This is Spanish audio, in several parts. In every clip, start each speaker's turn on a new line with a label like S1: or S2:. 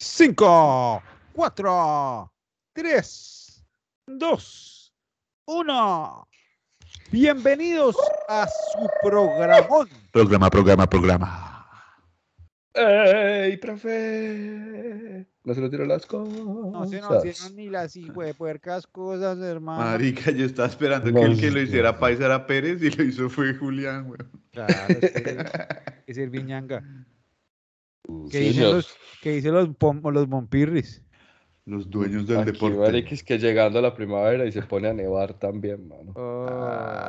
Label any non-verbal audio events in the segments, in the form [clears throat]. S1: 5, 4, 3, 2, 1. Bienvenidos a su programón.
S2: Programa, programa, programa.
S3: ¡Ey, profe! No se lo tiro las cosas.
S1: No se nos hicieron ni las puercas cosas, hermano.
S2: Marica, yo estaba esperando que el que lo hiciera Pais era Pérez y lo hizo fue Julián, güey.
S1: Claro, es que es el
S2: [laughs]
S1: viñanga. ¿Qué dicen los, qué dicen los, pom- los mompirris?
S2: Los dueños del
S3: Aquí
S2: deporte.
S3: vale que es que llegando la primavera y se pone a nevar también, mano.
S1: Oh,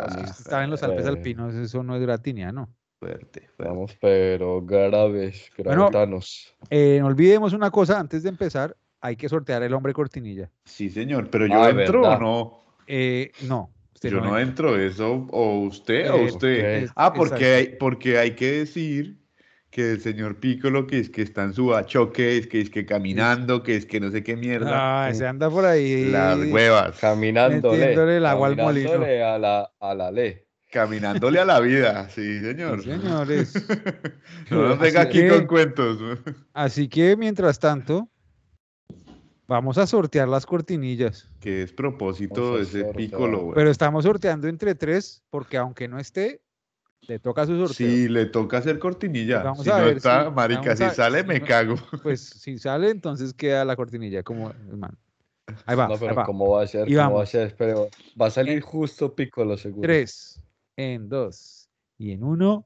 S1: es que
S2: Ah,
S1: están en los Alpes
S3: eh.
S1: alpinos, eso no es gratiniano.
S2: Fuerte, fuerte.
S3: Vamos, pero graves,
S1: Bueno.
S3: gravitanos.
S1: Eh, no olvidemos una cosa antes de empezar, hay que sortear el hombre cortinilla.
S2: Sí, señor, pero yo
S3: Ah,
S2: entro
S3: verdad.
S2: o no.
S1: Eh, no, usted
S2: Yo no
S1: entra.
S2: entro, eso o usted
S1: Eh,
S2: o usted.
S3: ok.
S1: Es-
S2: Ah, porque
S1: exacto.
S2: hay, porque hay que decir que el señor Piccolo que es que está en su bachoque, es que es que caminando, que es que no sé qué mierda.
S1: Ah, se anda por ahí.
S2: Las huevas.
S3: Caminándole.
S1: Metiéndole el agua al
S3: caminándole A la, a la ley.
S2: Caminándole a la vida, sí,
S1: Sí,
S2: señor.
S1: señores.
S2: [laughs] No nos
S1: Así
S2: venga aquí
S1: que-
S2: con cuentos. [laughs]
S1: Así que mientras tanto, vamos a sortear las cortinillas.
S2: Que es propósito
S3: Vamos
S2: de
S3: a
S2: ese
S3: sortear.
S2: Piccolo, güey.
S1: Pero estamos sorteando entre tres, porque aunque no esté, le toca su sorteo.
S2: Si le toca hacer cortinilla,
S1: Vamos
S2: si
S1: a
S2: no
S1: ver,
S2: está,
S1: sí,
S2: marica,
S1: vamos
S2: si
S1: a-
S2: sale
S1: si
S2: me
S1: no-
S2: cago.
S1: [laughs] Pues si sale, entonces queda la cortinilla, como el man. Ahí va.
S3: no,
S1: ahí
S3: pero
S1: va.
S3: ¿cómo va a ser?
S1: Y
S3: ¿Cómo va a
S1: vamos.
S3: ser? Pero va a salir justo Piccolo, seguro.
S1: Tres, en dos y en uno.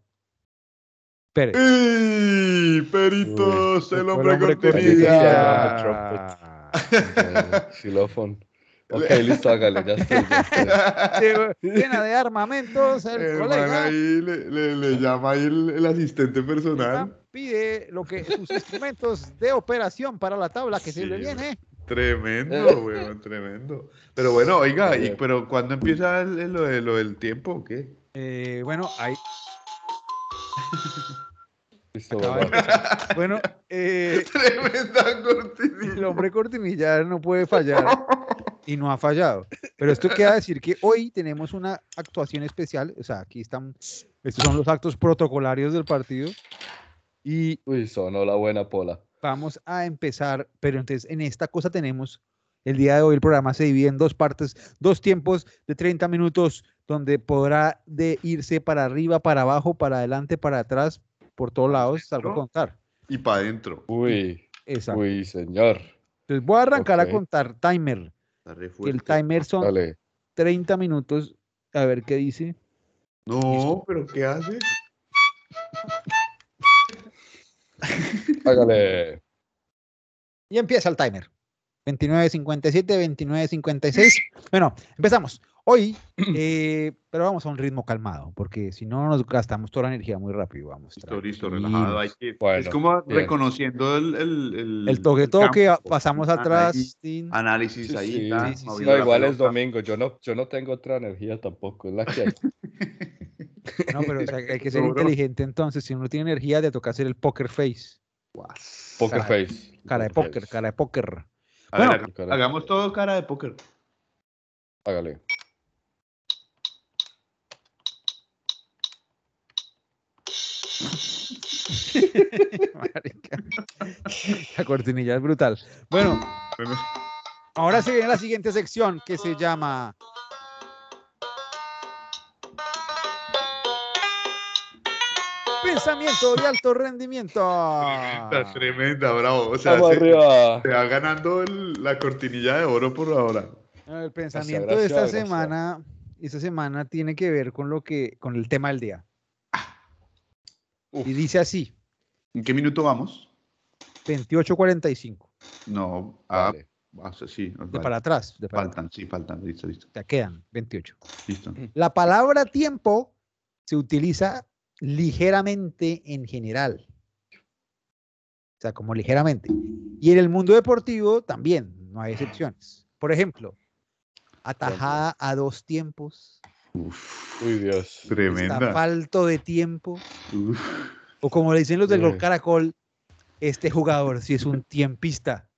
S1: Pérez.
S2: ¡Ey, Peritos,
S1: Fue
S2: el hombre cortinilla.
S3: cortinilla.
S1: cortinilla.
S3: Eh,
S1: [laughs]
S3: Xilófon. Ok, listo, hágale, ya estoy. ya estoy.
S1: [laughs] Llegó Llena de armamentos, el,
S2: [laughs] El man
S1: colega.
S2: ahí le, le- le llama ahí el, el asistente personal.
S1: pide lo que sus instrumentos de operación para la tabla que se
S2: Sí,
S1: le
S2: güey.
S1: viene. Eh.
S2: Tremendo, weón, tremendo. Pero bueno, oiga, y-
S3: Oye.
S2: pero ¿cuándo empieza el- el- lo, de- lo del tiempo o qué? [laughs]
S1: Eh, bueno, ahí.
S4: Oh,
S3: Listo,
S1: acaba de
S3: bueno.
S1: empezar. Bueno, eh,
S2: Tremenda
S1: el
S2: cortinilla.
S1: hombre cortinilla no puede fallar y no ha fallado. Pero esto queda decir que hoy tenemos una actuación especial. O sea, aquí están. Estos son los actos protocolarios del partido. Y
S3: Uy, sonó la buena pola.
S1: vamos a empezar, pero entonces en esta cosa tenemos, el día de hoy el programa se divide en dos partes, dos tiempos de 30 minutos donde podrá de irse para arriba, para abajo, para adelante, para atrás, por todos lados, salgo a
S2: ¿No?
S1: contar.
S2: Y para adentro.
S3: Uy,
S1: Exacto.
S3: uy, señor.
S1: Entonces voy a arrancar
S3: Ok.
S1: a contar timer,
S2: Está re
S1: que el
S2: fuerte.
S1: timer son
S3: Dale.
S1: 30 minutos, a ver qué dice.
S2: No, pero ¿qué hace?
S3: Hágale.
S1: Y empieza el timer. 29.57, 29.56. Bueno, empezamos.
S2: [clears throat]
S1: Hoy, eh, pero vamos a un ritmo calmado, porque si no nos gastamos toda la energía muy rápido. Vamos.
S2: Listo, listo,
S1: tranquilos.
S2: relajado. Hay que,
S3: Bueno,
S2: es como
S3: bien.
S2: reconociendo el, el, el,
S1: El toque toque,
S2: campo, Ah,
S1: pasamos
S2: ahí, Ah,
S1: atrás. tin.
S2: análisis
S3: Sí,
S2: ahí.
S3: sí.
S2: ta,
S1: Sí, sí, sí.
S2: moviendo
S3: No,
S2: la
S3: igual es
S2: pelota.
S3: domingo. Yo no, yo no tengo otra energía tampoco. Es la que hay.
S1: No, pero o sea, hay
S2: [laughs]
S1: que ser
S2: Seguro.
S1: inteligente entonces. Si uno tiene energía, te toca hacer el poker face.
S3: Poker
S1: Cara-
S3: face.
S1: Cara de poker, cara de poker.
S2: A ver,
S1: Bueno.
S2: haga- hagamos todo cara de póker.
S3: Hágale.
S1: Marica. [laughs] La cortinilla es brutal. Bueno,
S2: [laughs] Bueno,
S1: Ahora se viene la siguiente sección que se llama. Pensamiento de alto rendimiento.
S2: Está tremenda, bravo. O sea,
S3: ah. Vamos
S2: se,
S3: arriba.
S2: se va ganando el- la cortinilla de oro por ahora.
S1: El pensamiento
S3: gracias,
S1: de esta
S3: gracias.
S1: semana, esta semana tiene que ver con lo que, con el tema del día.
S3: Uf.
S1: Y dice así:
S2: ¿En qué minuto vamos?
S1: 28.45.
S2: No, ah,
S3: Vale.
S2: o sea, sí, nos
S1: De
S2: vale.
S1: para atrás, de para atrás.
S2: faltan, sí, faltan. Listo, listo,
S1: Ya quedan 28.
S2: listo.
S1: La palabra tiempo se utiliza ligeramente en general. O sea, como ligeramente. Y en el mundo deportivo también, no hay excepciones. Por ejemplo, atajada a dos tiempos,
S3: Uy, Dios.
S1: está
S2: Tremenda.
S1: falto de tiempo,
S2: Uf,
S1: o como le dicen los del gol
S3: Uy.
S1: caracol, este jugador si es un tiempista,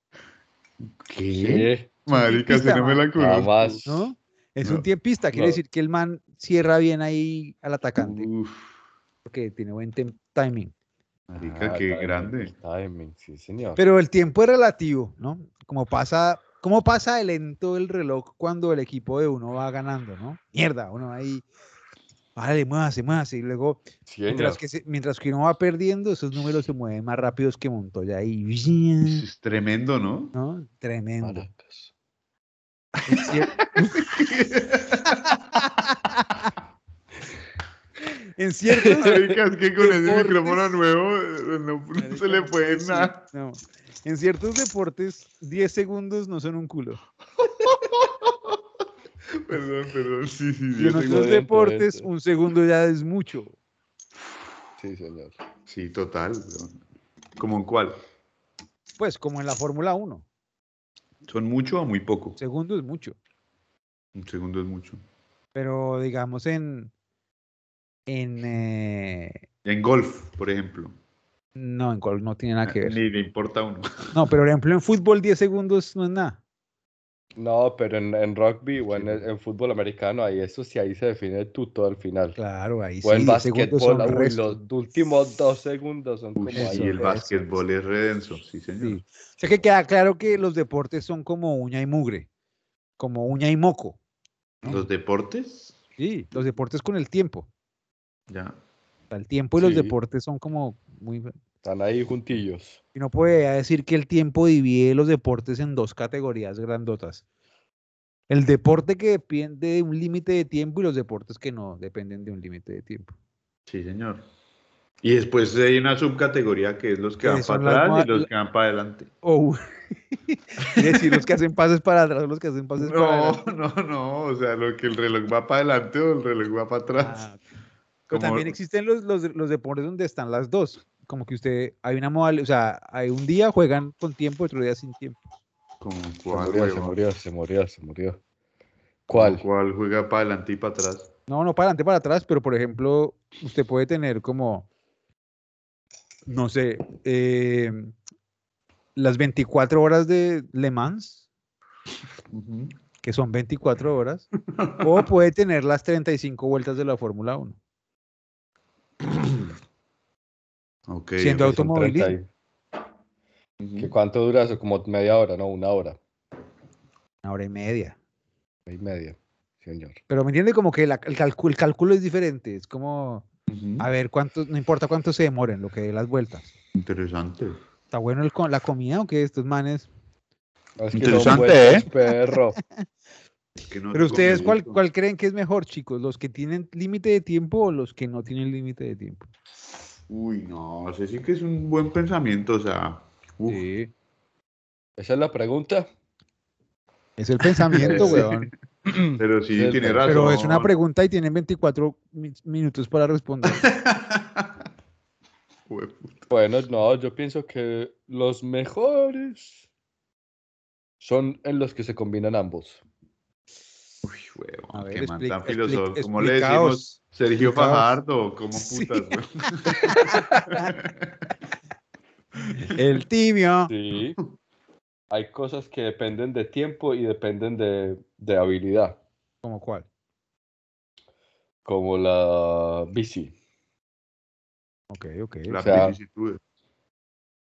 S2: ¿Qué?
S3: ¿Qué?
S2: Marica, si no me la
S3: Nada
S2: conozco.
S3: más.
S1: ¿no? Es
S2: No,
S1: un tiempista, quiere
S3: no.
S1: decir que el man cierra bien ahí al atacante,
S2: Uf,
S1: porque tiene buen tem- timing.
S3: Ah,
S2: marica, qué
S4: timing,
S2: grande.
S4: Timing, sí, señor.
S1: Pero el tiempo es relativo, ¿no? Como pasa, como pasa de lento el reloj cuando el equipo de uno va ganando, ¿no? Mierda, uno ahí, vale, muévase, muévase, y luego,
S4: Sí,
S1: mientras
S4: señor.
S1: que, se- mientras que uno va perdiendo, esos números se mueven más rápidos que Montoya ahí,
S2: Es tremendo, ¿no?
S1: Mm. ¿no? Tremendo.
S4: Maracas.
S1: En
S2: [laughs]
S1: ciertos,
S2: Marica, es que con ese
S1: Deportes.
S2: micrófono nuevo eh, no, no se le puede
S1: Sí,
S2: nada. [laughs]
S1: no. En ciertos deportes, 10 segundos no son un culo.
S2: Perdón, perdón, sí, sí,
S1: Y
S2: sí.
S1: en
S4: soy
S1: otros
S4: modento,
S1: deportes,
S4: este.
S1: un segundo ya es mucho.
S4: Sí, señor.
S2: Sí, total. weón. ¿Como en cuál?
S1: Pues como en la Fórmula 1,
S2: ¿Son mucho o muy poco?
S1: un segundo es mucho.
S2: Un segundo es mucho.
S1: Pero digamos en. En. eh,
S2: En golf, por ejemplo.
S1: no, en cual no tiene nada que ver.
S2: Ni le importa a uno.
S1: No, pero por ejemplo en fútbol 10 segundos no es nada.
S4: No, pero en, en rugby o en, en fútbol americano, ahí eso sí, ahí se define tú todo al final.
S1: Claro, ahí sí.
S4: O en
S1: 10 segundos son
S4: basquetbol, uy,
S1: resto.
S4: los últimos dos segundos son como
S2: Uy,
S1: eso,
S4: ahí.
S2: sí, el
S1: eso.
S2: básquetbol es redenso, sí, señor.
S1: Sí. O sea que queda claro que los deportes son como uña y mugre, como uña y moco.
S2: Los deportes,
S1: Sí, los deportes con el tiempo.
S2: ya.
S1: O sea, el tiempo y los
S4: Sí.
S1: deportes son como muy...
S4: Están ahí juntillos.
S1: Y no podría decir que el tiempo divide los deportes en dos categorías grandotas. El deporte que depende de un límite de tiempo y los deportes que no dependen de un límite de tiempo.
S2: Sí, señor. Y después hay una subcategoría que es los que
S1: Que
S2: van
S1: son
S2: para
S1: las
S2: atrás y
S1: mo-
S2: los que van para adelante.
S1: [laughs] O es decir, los que hacen pases para atrás o los que hacen pases para
S2: [laughs] No,
S1: adelante.
S2: no, no. O sea, lo que el reloj va para adelante o el reloj va para atrás.
S1: Ah, Pero
S2: Como-
S1: también existen los, los, los deportes donde están las dos. Como que usted, hay una modalidad, o sea, hay un día juegan con tiempo, otro día sin tiempo.
S2: Como
S4: Se
S2: cuál,
S4: murió, se
S2: huevón?
S4: murió, se murió, se murió.
S2: Como
S4: ¿Cuál?
S2: ¿Cuál juega para adelante y para atrás?
S1: No, no para adelante, para atrás, pero por ejemplo, usted puede tener como, no sé, eh, las 24 horas de Le Mans,
S2: Ujú.
S1: que son 24 horas, o puede tener las 35 vueltas de la Fórmula 1.
S2: Ok.
S1: Siendo
S4: Que son
S1: automovilismo.
S4: 30 y- ¿Que
S2: ujú.
S4: ¿Cuánto dura eso? Como media hora, ¿no? Una hora,
S1: Una hora y media.
S4: una y media, señor.
S1: Pero me entiende como que la- el, calcu- el cálculo es diferente, es como,
S2: Ujú.
S1: a ver, cuántos, no importa cuánto se demoren, lo que dé las vueltas.
S2: Interesante.
S1: Está bueno el co- la comida, aunque estos manes.
S4: No, es
S2: Interesante,
S4: vueltos, [laughs] Perro.
S2: Que
S1: Pero
S2: no se come
S1: ustedes, ¿cuál,
S2: eso.
S1: cuál creen que es mejor, chicos? ¿Los que tienen límite de tiempo o los que no tienen límite de tiempo?
S2: Uy, no, sé sí que es un buen pensamiento, o sea. uf.
S4: Sí. Esa es la pregunta.
S1: Es el pensamiento,
S2: [laughs] Sí.
S1: weón.
S2: Pero sí,
S4: Sí,
S2: tiene
S4: pero-
S2: razón.
S1: Pero es una pregunta y tienen 24 mi- minutos para responder.
S2: [laughs] Huepu-
S4: Bueno, no, yo pienso que los mejores son en los que se combinan ambos.
S2: Uy, huevón,
S1: A ver,
S2: qué man
S1: explica-
S2: tan
S1: explica-
S2: filósofo. ¿Cómo le
S1: explicaos.
S2: decimos Sergio
S1: explicaos.
S2: Fajardo? ¿Cómo
S1: Sí.
S2: putas,
S1: [laughs]
S2: huevón?
S1: El tibio.
S4: Sí. [laughs] Hay cosas que dependen de tiempo y dependen de, de habilidad,
S1: ¿Cómo cuál?
S4: como la bici.
S1: Ok, ok.
S2: Las
S4: sea,
S2: vicisitudes.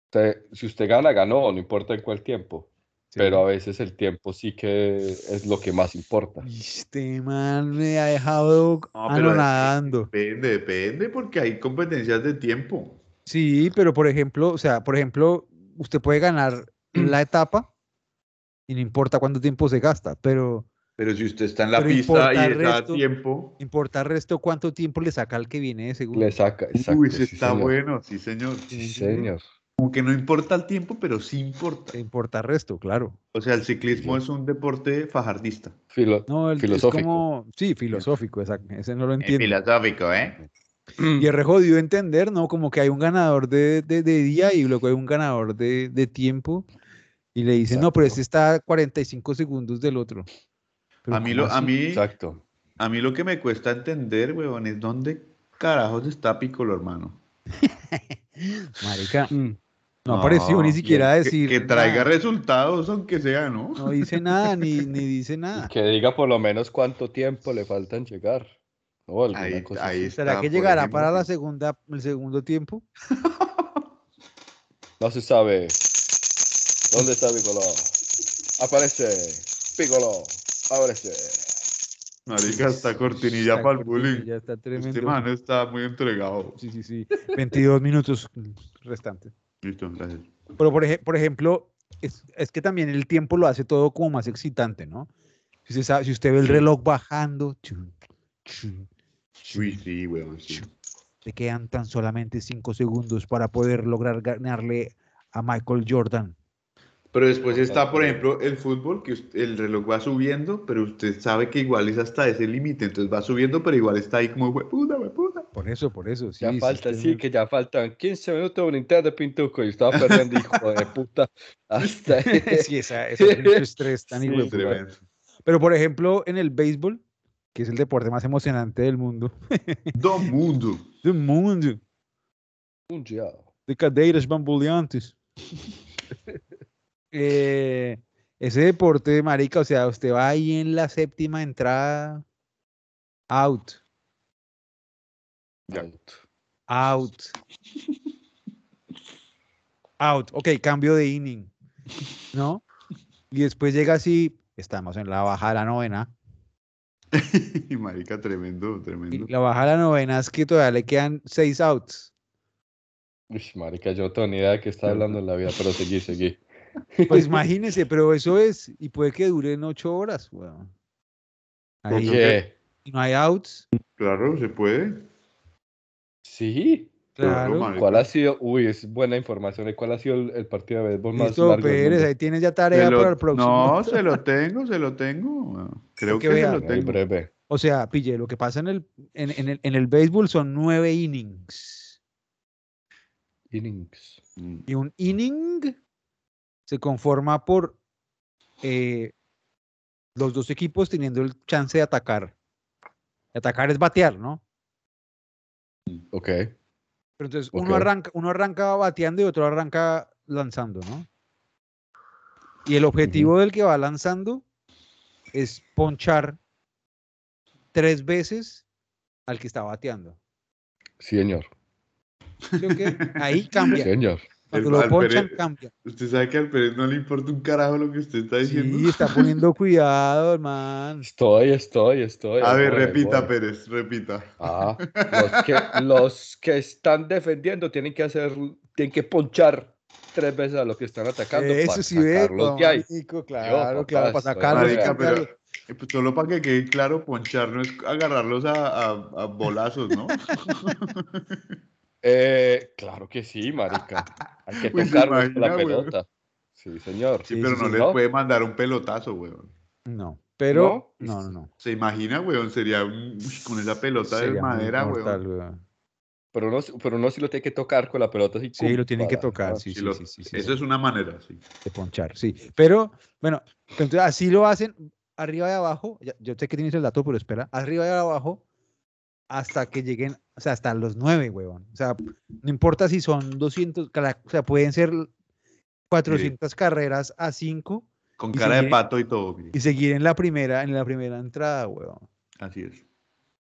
S4: Usted- si usted gana, ganó, no importa en cuál tiempo,
S1: sí.
S4: pero a veces el tiempo sí que es lo que más importa.
S1: Este man me ha dejado
S2: No, pero es-
S1: anonadando.
S2: Depende, depende, porque hay competencias de tiempo.
S1: Sí, pero por ejemplo, o sea, por ejemplo, usted puede ganar la etapa y no importa cuánto tiempo se gasta, pero
S2: Pero si usted está en la
S1: Pero
S2: pista y
S1: importa
S2: está a
S1: resto.
S2: tiempo.
S1: importa resto cuánto tiempo le saca al que viene de segundo.
S4: Le saca, exacto.
S2: Uy, ese
S4: sí,
S2: está
S4: señor.
S2: bueno, sí, señor.
S4: Sí, señor.
S2: Como que no importa el tiempo, pero sí importa.
S1: Le importa resto, claro.
S2: O sea, el ciclismo
S4: Sí.
S2: es un deporte fajardista.
S4: Filo- [clears throat]
S1: No, el-
S4: Filosófico.
S1: es como, sí, filosófico, exacto. Ese
S2: Eh,
S1: no lo entiendo.
S2: filosófico, ¿eh?
S1: Y es re jodido entender, ¿no? Como que hay un ganador de, de- de día y luego hay un ganador de, de tiempo. Y le dicen, no, pero este está a 45 segundos del otro. Pero
S2: A mí,
S1: ¿cómo
S2: lo, a,
S1: así?
S2: mí,
S4: Exacto.
S2: a mí lo que me cuesta entender, weón, es dónde carajos está Piccolo, hermano.
S1: Marica,
S4: Mm.
S1: no apareció ni
S2: y
S1: siquiera a
S2: el- que-
S1: decir.
S2: Que, traiga
S1: nada.
S2: resultados, aunque sea, ¿no?
S1: No dice nada, ni, ni dice nada.
S2: [laughs]
S4: Y que diga por lo menos cuánto tiempo le faltan llegar. o alguna
S2: Ahí-
S4: cosa
S2: ahí
S4: así.
S1: ¿Será
S2: está,
S1: que
S2: por
S1: llegará
S2: ejemplo,
S1: para la
S2: sí.
S1: segunda, el segundo tiempo?
S4: No se sabe. ¿Dónde está Piccolo? Aparece. Piccolo. Aparece.
S2: Marica, está cortinilla
S1: Esta
S2: para el bullying.
S1: cortinilla está tremendo.
S2: Este mano está muy entregado.
S1: Sí, sí, sí. 22 minutos restantes.
S2: Listo, gracias.
S1: Pero por, ej- por ejemplo, es, es que también el tiempo lo hace todo como más excitante, ¿no? Si usted, sabe- si usted ve el
S2: Sí.
S1: reloj bajando, chun, chun, chun,
S2: Uy, sí, weón, sí.
S1: le quedan tan solamente 5 segundos para poder lograr ganarle a Michael Jordan.
S2: Pero después está, por ejemplo, el fútbol, que us- el reloj va subiendo, pero usted sabe que igual es hasta ese límite, entonces va subiendo, pero igual está ahí como, hueputa, hueputa.
S1: Por eso, por eso. Sí,
S4: Ya
S1: sí,
S4: falta,
S1: es [laughs]
S4: sí,
S1: muy-
S4: que ya faltan 15 minutos de unidad de Pintuco. Y estaba perdiendo, hijo de puta. Hasta
S1: Sí, esa, ese pinche estrés tan
S4: [laughs] Sí,
S1: hijo de puta.
S2: Tremendo.
S1: Pero por ejemplo, en el béisbol, que es el deporte más emocionante del mundo,
S2: Do mundo. [laughs]
S1: del mundo,
S4: un día.
S1: de cadeiras bamboleantes. [laughs] Eh, ese deporte, marica, o sea, usted va ahí en la séptima entrada, out,
S2: Ya.
S4: Out.
S1: out, out, ok, cambio de inning, ¿no? Y después llega así, estamos en la baja de la novena,
S2: Y marica, tremendo, tremendo.
S1: y la baja de la novena es que todavía le quedan seis outs.
S4: Uy, marica, yo no tengo ni idea de qué está hablando en la vida, pero seguí, seguí.
S2: [laughs]
S1: Pues imagínese, pero eso es, y puede que duren ocho horas, weón. Ahí,
S2: Ok.
S4: Oye,
S1: y no hay outs,
S2: Claro, se puede.
S4: sí.
S2: Claro,
S1: claro.
S2: marica.
S4: ¿Cuál ha sido? Uy, es buena información. ¿Y ¿Cuál ha sido el, el partido de béisbol más
S1: Listo,
S4: largo? del
S1: Pérez,
S4: mundo?
S1: ahí tienes ya
S2: Se
S1: tarea
S2: lo-
S1: para el próximo.
S2: No, se lo tengo, se lo tengo. Creo
S1: Porque
S2: que se
S1: vea,
S2: lo
S4: Muy
S2: tengo.
S4: breve.
S1: [laughs] O sea, pille, lo que pasa en el, en, en el, en el béisbol son nueve innings.
S4: Innings.
S2: Mm.
S1: Y un inning se conforma por eh, los dos equipos teniendo el chance de atacar. Atacar es batear, ¿no?
S4: Ok.
S1: Pero entonces uno,
S4: Ok.
S1: arranca, uno arranca bateando y otro arranca lanzando, ¿no? Y el objetivo del que va lanzando es ponchar tres veces al que está bateando.
S4: Sí, señor.
S1: ¿Sí o qué? Ahí
S2: [laughs]
S4: Sí,
S1: cambia.
S4: señor.
S1: Cuando
S2: El
S1: lo
S2: Val
S1: ponchan,
S2: Pérez-
S1: cambia.
S2: Usted sabe que al Pérez no le importa un carajo lo que usted está diciendo.
S1: Sí, está poniendo cuidado, hermano.
S4: Estoy, estoy, estoy.
S2: A
S4: ahí
S2: ver,
S4: voy, ahí
S2: repita,
S4: voy.
S2: Pérez, repita. [laughs]
S4: Ah, los que, los que están defendiendo tienen que hacer, tienen que ponchar tres veces a los que están atacando.
S1: Eso
S4: para
S1: sí ve,
S4: sacar lo que hay.
S1: marico, claro,
S4: papá,
S1: claro, para
S4: estoy
S1: atacarlo.
S4: Carlos,
S2: Marica, pero
S1: claro.
S2: eh, pues, solo para que quede claro, ponchar no es agarrarlos a, a, a bolazos, ¿no?
S4: Eh, claro que sí, marica. Hay que
S2: [laughs] Uy, se
S4: tocarnos con
S2: imagina,
S4: la
S2: weón.
S4: pelota. Sí, señor.
S2: Sí, pero
S1: sí,
S2: no
S4: sí,
S2: les
S4: ¿no?
S2: puede mandar un pelotazo, weón.
S1: No, pero no, no, no.
S2: ¿Se imagina, weón? Sería un- uy, con esa pelota de
S1: Sería muy
S2: madera,
S1: mortal,
S2: weón.
S1: weón.
S4: Pero uno, pero uno sí lo tiene que tocar con la pelota. así,
S1: Sí,
S4: cum,
S1: lo tienen que
S4: para-
S1: tocar, sí,
S2: Si
S1: sí,
S2: lo-
S1: sí, sí, sí,
S2: Eso es una manera, sí.
S1: de ponchar, sí. Pero, bueno, pero entonces así lo hacen arriba y abajo. ya- yo sé que tienes el dato, pero espera. Arriba y abajo hasta que lleguen, o sea, hasta los nueve, huevón. O sea, no importa si son 200, cala- o sea, pueden ser 400 carreras a cinco
S2: Con
S1: Y
S2: cara de
S1: sigue-
S2: pato y todo, mire.
S1: y seguir en la primera, en la primera entrada, huevón.
S2: Así es.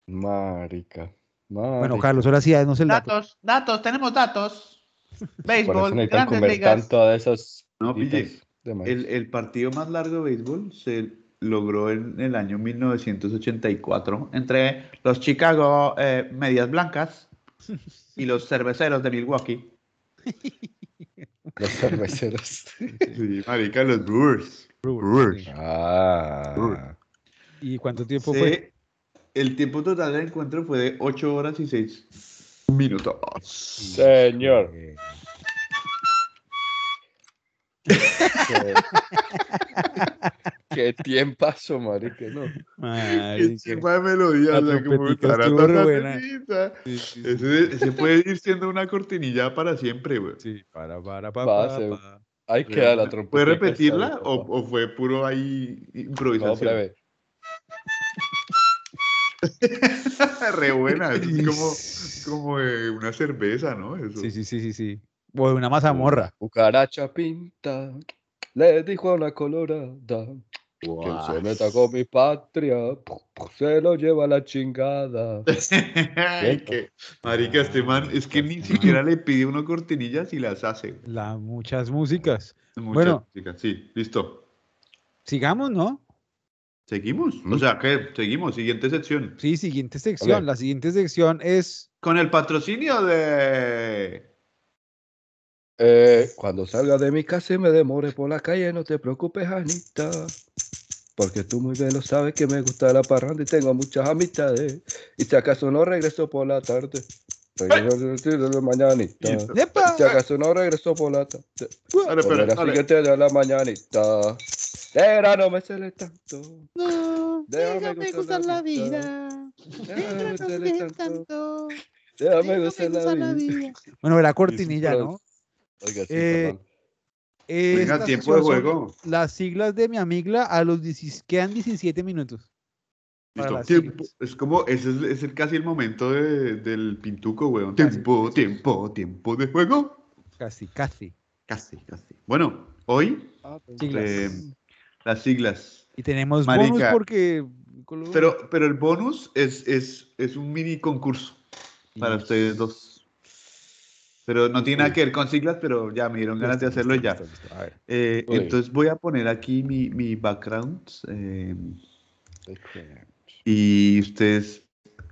S4: Marica.
S1: Bueno,
S4: marica.
S1: Carlos, ahora sí, danos el dato.
S5: Datos, datos, tenemos
S1: [laughs]
S5: datos.
S4: Por eso
S5: Béisbol,
S4: necesitan
S5: grandes
S4: comer
S5: ligas.
S4: tanto de esas.
S2: No, pille,
S1: pues,
S4: hojitas de maíz.
S2: el, el partido más largo de béisbol se logró en el año 1984
S5: Entre los Chicago eh, Medias Blancas y los cerveceros de
S1: [laughs]
S5: Milwaukee.
S4: [laughs] Los
S2: [laughs]
S4: cerveceros.
S2: Sí, marica, los Brewers. Brewers.
S1: sí.
S4: Ah.
S1: ¿Y cuánto tiempo
S2: Se-
S1: fue?
S2: El tiempo total del encuentro fue de 8 horas y 6 minutos.
S4: Señor.
S1: Eh,
S4: Qué, qué tiempazo, marica, ¿no?
S2: [laughs] Qué
S1: marica.
S2: chimba de melodía.
S1: La
S2: o sea, como
S1: trompetica
S2: tarata,
S1: estuvo re buena.
S2: taratita.
S1: Sí, sí, sí.
S2: Ese, ese puede ir siendo una cortinilla para siempre, güey.
S1: Sí, para, para, pa,
S4: Va,
S1: pa,
S4: se-
S1: pa.
S4: Hay que dar la trompeta.
S2: ¿Puede repetirla o, o fue puro ahí
S4: No,
S2: improvisación? [laughs]
S4: breve.
S2: re buena. eso es como,
S1: [laughs]
S2: como eh, una cerveza, ¿no? Eso.
S1: Sí, sí, sí, sí, sí. O de una mazamorra.
S4: Cucaracha pinta, le dijo a una colorada, Quien se meta
S2: [laughs]
S4: con mi patria, se lo lleva a la chingada.
S2: Ay, que- marica, este man, es que ni siquiera le pide uno cortinillas y las hace.
S1: La, muchas músicas.
S2: Muchas
S1: Bueno.
S2: chicas, Sí, listo.
S1: Sigamos, ¿no?
S2: Seguimos. O sea, que seguimos. Siguiente sección.
S1: Sí, siguiente sección. La siguiente sección es
S2: Con el patrocinio de.
S4: Eh, cuando salga de mi casa y me demore por la calle, no te preocupes, Anita. Porque tú muy bien lo sabes que me gusta la parranda y tengo muchas amistades. Y si acaso no regreso por la tarde, regreso de la mañanita.
S2: Y-
S4: Y
S1: ¡Epa!
S4: si acaso no regreso por la tarde,
S2: Dale,
S4: volveré
S2: pero,
S4: al siguiente de la mañanita. Era, no me sale tanto.
S1: No,
S4: Déjame déjame gozar la gozar la vida. Déjame gozarle tanto.
S1: tanto.
S4: Déjame gozar la vida.
S1: Bueno, era cortinilla, ¿no?
S4: Oiga, sí,
S1: Eh,
S4: perdón.
S2: Venga,
S1: Esta
S2: tiempo de
S1: sección son
S2: juego.
S1: Las siglas de mi amigla a los 16 quedan 17 minutos. para
S2: Listo.
S1: las
S2: Tiempo.
S1: siglas.
S2: Es como, ese es, es el- casi el momento de- del pintuco, weón.
S1: Casi.
S2: Tiempo, tiempo, tiempo de juego.
S1: Casi, casi.
S2: Eh, Casi, casi. Bueno, hoy
S1: Siglas.
S2: eh, las siglas.
S1: y tenemos
S2: marica.
S1: bonus porque. Colo-
S2: Pero, pero el bonus es, es, es un mini concurso para ustedes dos. Pero no tiene nada que ver con siglas, pero ya me dieron ganas de hacerlo ya.
S4: A ver.
S2: Eh,
S4: Uy.
S2: entonces voy a poner aquí mi, mi background. eh, y ustedes,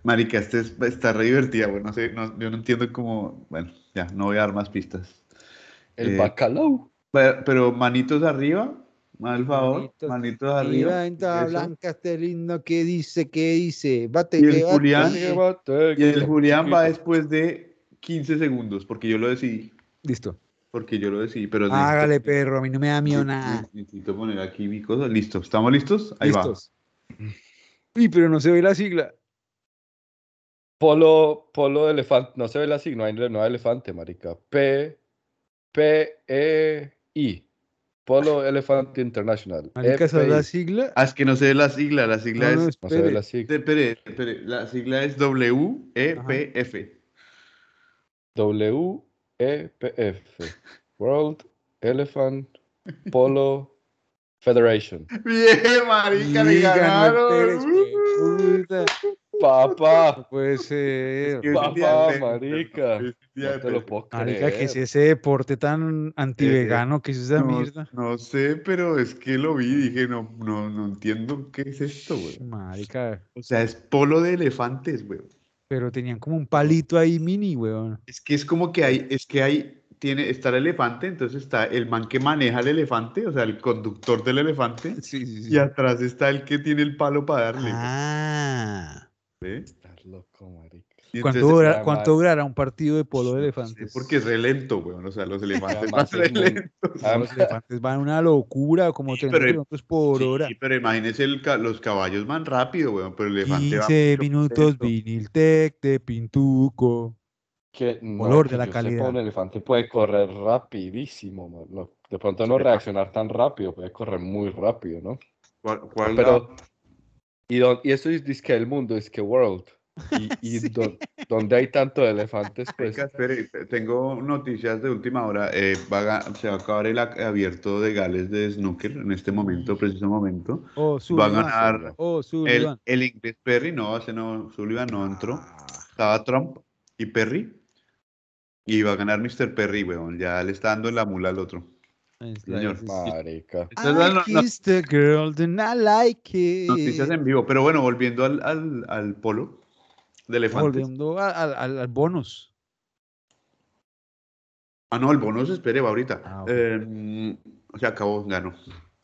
S2: Marica, este es- está re divertida. Bueno, no sé, no- yo no entiendo cómo. Bueno, ya, no voy a dar más pistas.
S4: El
S2: Eh,
S4: bacalao.
S2: Pero, pero manitos arriba, al favor.
S1: Manitos
S2: Manitos, arriba.
S1: Mira, en tabla
S2: eso.
S1: blanca, este lindo que dice, que dice. Bate,
S2: Y el
S1: que bate.
S2: Julián. Y el
S4: el
S2: Julián va después de 15 segundos, porque yo lo decidí.
S1: Listo.
S2: Porque yo lo decidí, pero. necesito-
S1: Hágale, perro, a mí no me da miedo nada.
S2: Necesito poner aquí mi cosa. Listo, ¿estamos listos? Ahí va.
S1: Listos. Uy, pero no se ve la sigla.
S4: Polo, polo de elefante, no se ve la signo, hay- no hay elefante, marica. P, P, E, I. Polo Elefante International.
S1: Marica, ¿sabes
S4: EPI.
S1: la sigla?
S2: Ah, es que no se ve la sigla, la sigla
S1: No, no,
S2: es.
S4: No se ve
S1: espere.
S4: la sigla.
S2: Espere, espere, la sigla es W-E-P-F.
S4: W, E, P, F. World Elephant Polo
S2: [laughs]
S4: Federation.
S2: [laughs] Bien, marica, le
S1: Liga, no
S2: ganaron.
S1: esperes, güey. Puta,
S4: Papá,
S1: no puede ser.
S2: Qué
S4: papá,
S2: idiota,
S4: marica.
S2: qué
S4: No te lo puedo
S1: Marica, que
S4: creer.
S1: es ese deporte tan antivegano que es esa
S2: No,
S1: mierda.
S2: no sé, pero es que lo vi y dije, no, no, no entiendo qué es esto, güey.
S1: Marica,
S2: O sea, es polo de elefantes, güey.
S1: pero tenían como un palito ahí mini, weón.
S2: Es que es como que hay, es que hay, tiene, está el elefante, entonces está el man que maneja el elefante, o sea, el conductor del elefante,
S1: Sí, sí,
S2: y atrás está el que tiene el palo para darle. güey.
S1: Ah.
S2: ¿Ve?
S4: Estás loco, marica.
S2: Y
S1: ¿Cuánto,
S2: entonces-
S1: dura-
S4: era
S1: cuánto
S4: más-
S1: durará un partido de polo de
S2: Sí,
S1: elefantes?
S2: Porque es re lento, weón. O
S1: [laughs]
S2: sea, los elefantes van
S4: Además,
S2: re
S4: es muy-
S2: lentos.
S1: Los elefantes van a una locura, como 30
S2: pero-
S1: kilómetros por
S2: Sí,
S1: hora.
S2: pero imagínense el ca- los caballos van rápido, weón. Pero el elefante va
S1: 15
S2: mucho más
S1: minutos
S2: lento.
S1: viniltec de pintuco.
S4: Que no,
S1: Color
S4: que
S1: de la
S4: yo sepa,
S1: calidad.
S4: un elefante puede correr rapidísimo, man. No, de pronto no
S2: Sí.
S4: reaccionar tan rápido, puede correr muy rápido, ¿no?
S2: ¿Cuál, cuál
S4: Pero, pues y, don- y eso es disque el mundo, es
S1: [laughs]
S4: que world. Y, y
S1: Sí.
S4: don- donde hay tanto de elefantes,
S2: la-
S4: pues.
S2: Venga, espere, tengo noticias de última hora. Eh, va a ga- se va a acabar el ac- abierto de Gales de Snooker en este momento, preciso momento.
S1: Oh,
S2: Va a
S1: Sullivan.
S2: ganar
S1: Oh,
S2: el,
S1: Sullivan. Ah.
S2: el inglés Perry. No, ese no, Sullivan no entró. Estaba Trump y Perry. Y va a ganar Mr. Perry, weón. Ya le está dando la mula al otro.
S1: Es
S2: Señor,
S1: es-
S4: Marica.
S2: Entonces, la-
S1: I
S2: la-
S1: kissed the girl, then I like it.
S2: Noticias en vivo. Pero bueno, volviendo al, al, al polo de elefantes.
S1: Volviendo a- al, al- al bonus.
S2: Ah, no, el bonus espere, va ahorita.
S1: Ah, ok.
S2: Eh, se acabó, ganó.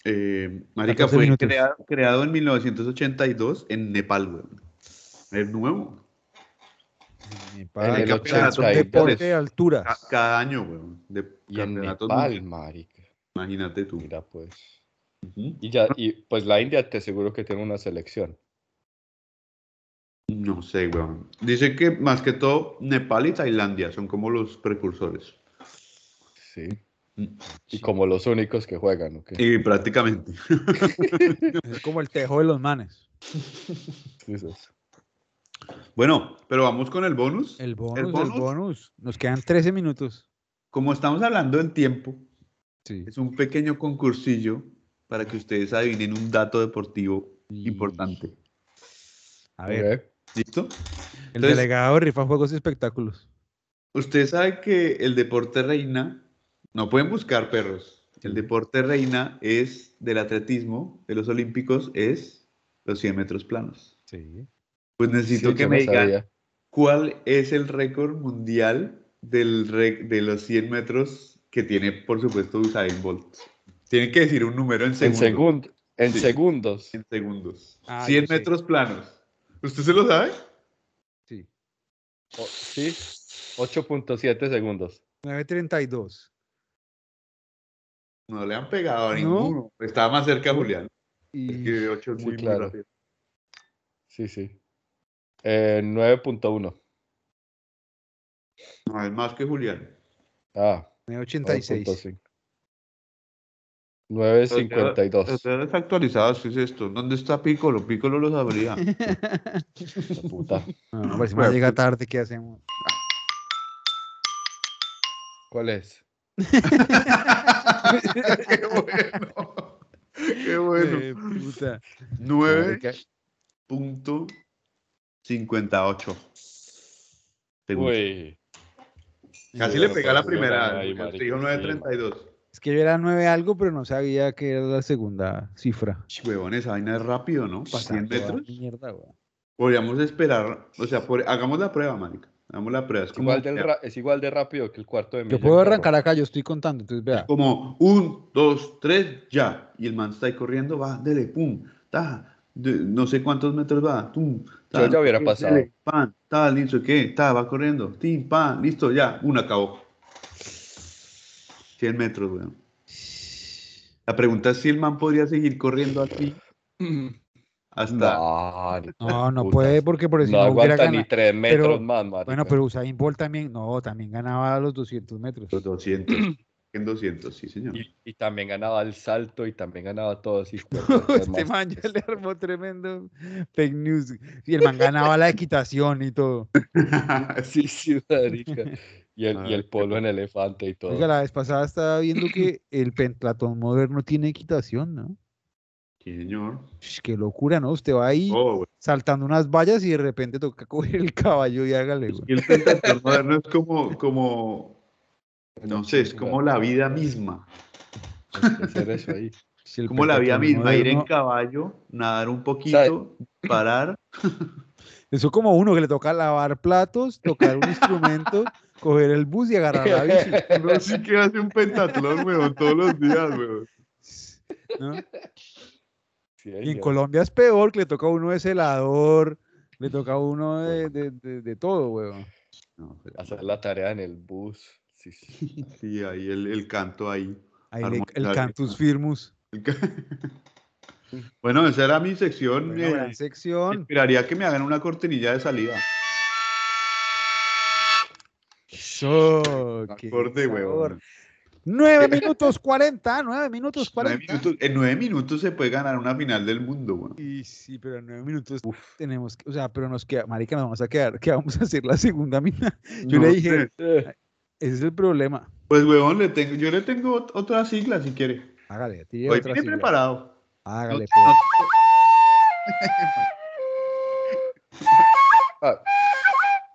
S2: Eh, Marica
S1: 14
S2: fue
S1: minutos.
S2: crea- creado en 1982 en Nepal, weón. Es nuevo.
S4: En el
S2: campeonato de
S4: 82,
S1: Deporte de alturas.
S2: Ca- cada año, weón. De
S4: Y en
S2: campeonatos
S4: Nepal,
S2: mundiales.
S4: marica.
S2: Imagínate tú.
S4: Mira, pues.
S2: Ujú.
S4: Y ya, y pues la India te aseguro que tiene una selección.
S2: No sé, weón. Dice que más que todo Nepal y Tailandia son como los precursores.
S4: Sí.
S2: Mm.
S4: Y como los únicos que juegan, ¿ok?
S2: Y prácticamente.
S1: Es como el tejo de los manes.
S4: Entonces,
S2: Bueno, pero vamos con el bonus.
S1: El bonus, el bonus.
S2: bonus?
S1: Nos quedan 13 minutos.
S2: Como estamos hablando en tiempo,
S1: Sí.
S2: es un pequeño concursillo para que ustedes adivinen un dato deportivo importante.
S1: A ver,
S4: Ok.
S2: ¿Listo?
S1: el
S2: entonces-
S1: delegado rifa juegos y espectáculos.
S2: Usted sabe que el deporte reina, no pueden buscar perros, el deporte reina es del atletismo, de los olímpicos, es los 100 metros planos.
S1: Sí.
S2: Pues necesito
S4: Sí,
S2: que
S4: yo
S2: me
S4: no
S2: digan
S4: sabía.
S2: cuál es el récord mundial del rec- de los 100 metros que tiene, por supuesto, Usain Bolt. Tiene que decir un número en
S4: En,
S2: segundos.
S4: segundo, en
S2: Sí.
S4: segundos.
S2: En segundos.
S1: Ah,
S2: 100
S1: yo sé.
S2: metros planos. ¿Usted se lo sabe?
S1: Sí.
S4: O- sí, 8.7 segundos.
S1: 932.
S2: No le han pegado a
S1: No.
S2: ninguno. Estaba más cerca Julián. Es
S1: Y
S2: que 8 es
S4: Sí,
S2: muy, muy
S4: claro.
S2: rápido.
S4: Sí, sí. Eh, 9.1.
S2: No, es más que Julián.
S4: Ah,
S1: 986.
S4: 9.5.
S2: Los
S4: 9.52.
S2: dedos actualizados, ¿qué es esto? ¿Dónde está Piccolo? Piccolo lo
S1: [laughs]
S2: sabría. [laughs]
S4: La puta.
S1: No, no, pues, si me llega tarde, ¿qué hacemos?
S4: ¿Cuál es?
S2: Qué bueno. Qué bueno.
S1: Eh, puta.
S2: 9.58. Según-
S4: Uy.
S2: Casi
S4: Yo
S2: le
S4: no
S2: pega la
S4: puedo creer,
S2: primera.
S4: ay,
S2: porque
S4: marica,
S2: Te dijo
S4: sí,
S2: 9.32.
S1: Es que yo era 9 algo, pero no sabía que era la segunda cifra.
S2: Ch, Huevón, esa vaina es rápido, ¿no? Para 100
S1: Puta,
S2: metros.
S1: Mierda, güey.
S2: Podríamos esperar. O sea, por- hagamos la prueba, marica. Hagamos la prueba. Es
S4: Es
S2: como,
S4: igual, del ra- es igual de rápido que el cuarto de
S1: Yo
S4: milla
S1: puedo
S4: en
S1: arrancar acá, yo estoy contando, entonces
S4: [laughs]
S1: vea.
S2: como un, dos, tres, ya. Y el man está ahí corriendo, va, dele, pum, ta, de- no sé cuántos metros va, tum, ta,
S4: Yo ya hubiera
S2: dele,
S4: pasado.
S2: pan, ta, listo, ¿qué? Ta, va corriendo, tim, pan, listo, ya, uno acabó. 100 metros, weón. La pregunta es si el man podría seguir corriendo así
S4: Mm.
S2: hasta.
S4: No, ni-
S1: No, no
S4: Puta.
S1: puede porque por si
S4: no
S1: no, hubiera
S4: aguanta ni pues.
S1: ganado.
S4: tres metros
S1: Pero-
S4: más, marica.
S1: Bueno, pero Usain Bolt también, no, también ganaba a los 200 metros.
S2: Los
S4: [clears throat]
S2: 200. En 200, sí, señor.
S4: Y, y también ganaba el salto y también ganaba todo así.
S1: [laughs] [laughs] Este man
S4: [laughs]
S1: ya le armó tremendo fake news. Y el man ganaba la equitación y todo.
S4: Sí, sí, marica. Y el, y
S2: Ah,
S4: el polo en elefante y todo.
S2: Pues
S1: Oiga, la vez pasada estaba viendo
S2: [clears throat]
S1: que el pentlatón moderno tiene equitación, ¿no?
S2: [laughs] Sí, señor.
S1: Ush, Qué locura, ¿no? Usted va ahí
S2: Oh, weón.
S1: saltando unas vallas y de repente toca [laughs] coger el caballo y hágale, güey.
S2: Y el pentatón moderno es como, como. No sé, es como la vida misma.
S4: Hay que hacer eso
S1: [laughs]
S4: ahí.
S1: Ush, el
S2: Como la vida
S1: pentatón
S2: misma, ir en
S1: moderno,
S2: caballo, nadar un poquito, parar.
S1: Eso como uno que le toca lavar platos, tocar un
S2: [laughs]
S1: instrumento, coger el bus y agarrar la bici.
S2: No sé qué hace un pentatlón, weón, todos los días, weón. [laughs]
S1: ¿no?
S4: Sí,
S1: Y en
S4: señor.
S1: Colombia es peor, que le toca a uno de celador, le toca a uno de, de- de- de todo, weón.
S2: No, pero-
S4: Hacer la tarea en el bus.
S1: [laughs]
S4: Sí, sí.
S2: sí, ahí el, el canto ahí.
S1: Ahí le- el
S2: Armonizar.
S1: cantus firmus.
S2: El ca- bueno, esa era mi sección.
S1: Bueno,
S2: eh,
S1: gran sección.
S2: esperaría que me hagan una cortinilla de salida.
S1: Eso, qué
S2: Acorde,
S1: sabor.
S2: weón. [laughs]
S1: Nueve minutos cuarenta, nueve minutos
S2: Nueve
S1: cuarenta.
S2: minutos- en nueve minutos se puede ganar una final del mundo, weón.
S1: Y sí, pero en nueve minutos tenemos que, o sea, pero nos queda, marica, nos vamos a quedar, que vamos a hacer la segunda mina. Yo le
S2: No
S1: dije,
S2: sé.
S4: Eh,
S1: ese es el problema.
S2: Pues, weón, le tengo, yo le tengo ot- otra sigla si quiere.
S1: Hágale, tire
S2: Hoy
S1: otra
S2: viene
S1: sigla.
S2: preparado. No-
S1: Hágale,
S2: no-
S1: pues.
S4: ah.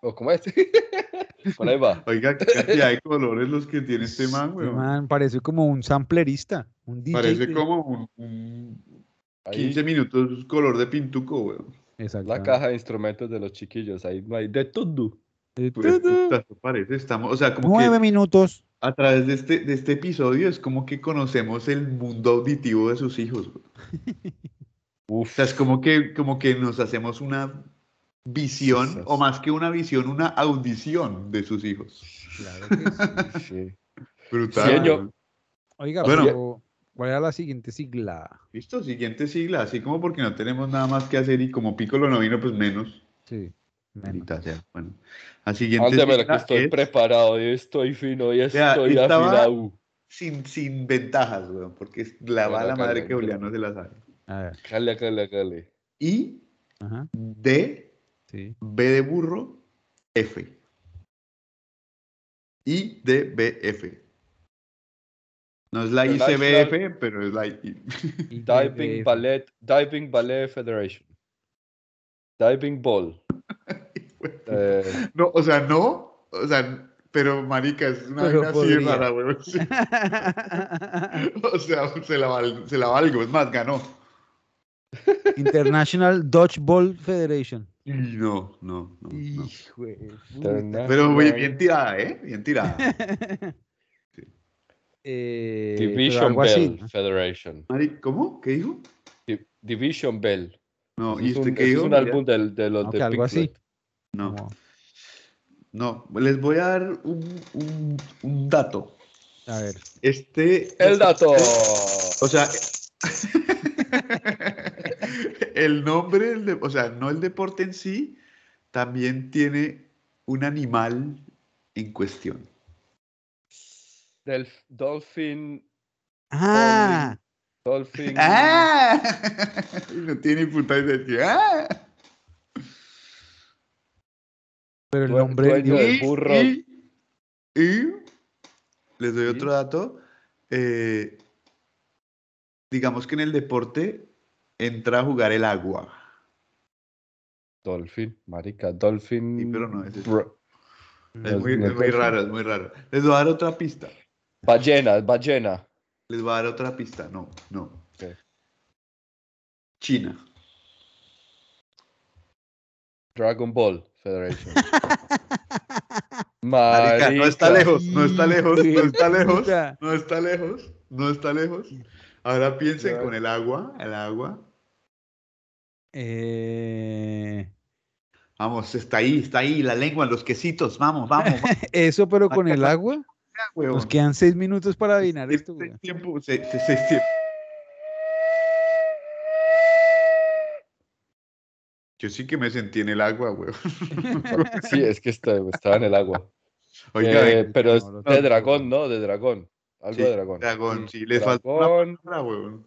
S4: ¿O cómo es? [laughs] Por ahí va.
S2: Oiga, qué cantidad de colores los que tiene este man,
S1: Este
S2: weón.
S1: pues. man parece como un samplerista, un DJ.
S2: Parece
S1: que-
S2: como un, un
S4: Ahí,
S2: 15 minutos color de pintuco, weón.
S4: la
S1: Exactamente.
S4: caja de instrumentos de los chiquillos. Ahí no hay de todo.
S1: Eh,
S2: Pues,
S1: tudu.
S2: puta, eso parece, estamos, o sea, como
S1: Nueve
S2: que
S1: minutos.
S2: a través de este, de este episodio es como que conocemos el mundo auditivo de sus hijos. weón. [laughs]
S4: Uf.
S2: O sea, es como que, como que nos hacemos una visión,
S4: Esas.
S2: o más que una visión, una audición de sus hijos.
S1: Claro que sí.
S4: Sí.
S2: Brutal.
S1: Sí,
S4: yo-
S2: weón.
S1: [laughs] Oiga,
S2: Bueno.
S1: pero ¿cuál era la siguiente sigla?
S2: Listo, siguiente sigla, así como porque no tenemos nada más que hacer y como Piccolo no vino, pues menos.
S1: Sí. menos.
S2: Maldita sea, Bueno, la siguiente
S4: Ándeme que
S2: sigla
S4: estoy
S2: es
S4: preparado, yo estoy fino, yo
S2: sea,
S4: estoy
S2: estaba-
S4: afilado.
S2: sin, sin ventajas, weón, porque es la va
S4: Bueno,
S2: la madre
S4: Carlos,
S2: que Julián no se la sabe.
S1: A ver.
S4: Cale, cale, cale.
S2: Y
S1: Ajá.
S2: D,
S1: Sí.
S2: B de burro, F. I, D, B, F. No es la
S4: El
S2: ICBF, pero es la... I- [laughs] Eh,
S1: [laughs]
S4: Diving Ballet, Diving Ballet Federation.
S2: [laughs]
S4: Diving Ball. Eh,
S2: No, o sea, no, o sea, pero marica, es una
S1: Pero
S2: vaina así
S1: podría.
S2: rara, weón. sí. [laughs] O sea, se la, val- se la valgo, es más, ganó.
S1: International Dodgeball Federation.
S2: Y No, no, no. no.
S1: Hijo de puta.
S4: International
S2: Pero muy bien tirada, ¿eh? Bien tirada.
S1: Eh, pero
S4: Division
S1: algo
S4: Bell
S1: así.
S4: Federation.
S2: Mari- ¿Cómo? ¿Qué dijo?
S4: Di- Division Bell.
S2: No,
S4: Ese
S2: ¿y
S4: es un,
S2: usted qué
S4: ese es
S2: dijo?
S4: un
S2: María?
S4: álbum del- de, los
S1: No,
S4: de
S1: que algo así.
S4: Piglet.
S2: No,
S1: Como-
S2: no. Les voy a dar un, un- un dato.
S1: a ver.
S2: Este. [laughs]
S4: El dato.
S2: O sea. [laughs] el nombre, del de- o sea, no el deporte en sí, también tiene un animal en cuestión.
S4: Del Dolphin.
S1: Ah,
S4: Dolphin.
S2: [laughs] ¡Ah! No tiene puta idea. de que, ¡Ah!
S1: pero el
S4: Due-
S1: nombre del
S4: dueño
S1: dios-
S4: del burro.
S2: Y, y- les doy
S4: Sí.
S2: otro dato. eh, digamos que en el deporte entra a jugar el agua.
S4: Dolphin. Marica, Dolphin.
S2: Sí, pero no es eso.
S4: Bro-
S2: Es
S4: No,
S2: muy,
S4: no
S2: es muy
S4: es-
S2: raro, es muy raro. Les voy a dar otra pista.
S4: Ballena, ballena.
S2: Les voy a dar otra pista. No, no.
S4: Ok.
S2: China.
S4: Dragon Ball Federation.
S2: [laughs] Marica, no está
S4: Marica.
S2: lejos, no está lejos, no está lejos,
S1: puta.
S2: no está lejos, no está lejos. Ahora piensen
S4: Ya.
S2: con el agua, el agua.
S1: Eh,
S2: Vamos, está ahí, está ahí, la lengua, los quesitos, vamos,
S4: [laughs]
S2: vamos. vamos
S1: eso, pero con el agua. Nos
S2: huevón.
S1: quedan seis minutos para adivinar esto.
S2: Este
S1: güey.
S2: tiempo, se- se- se- se- Yo sí que me sentí en el agua, weón.
S4: Sí, es que está- estaba en el agua.
S2: [laughs] Oiga,
S4: Eh, pero es
S1: no, lo
S4: de
S1: siento.
S4: dragón, ¿no? De dragón. Algo
S2: Sí,
S4: de dragón.
S2: dragón, sí, les falta una
S4: Dragón
S2: palabra, weón.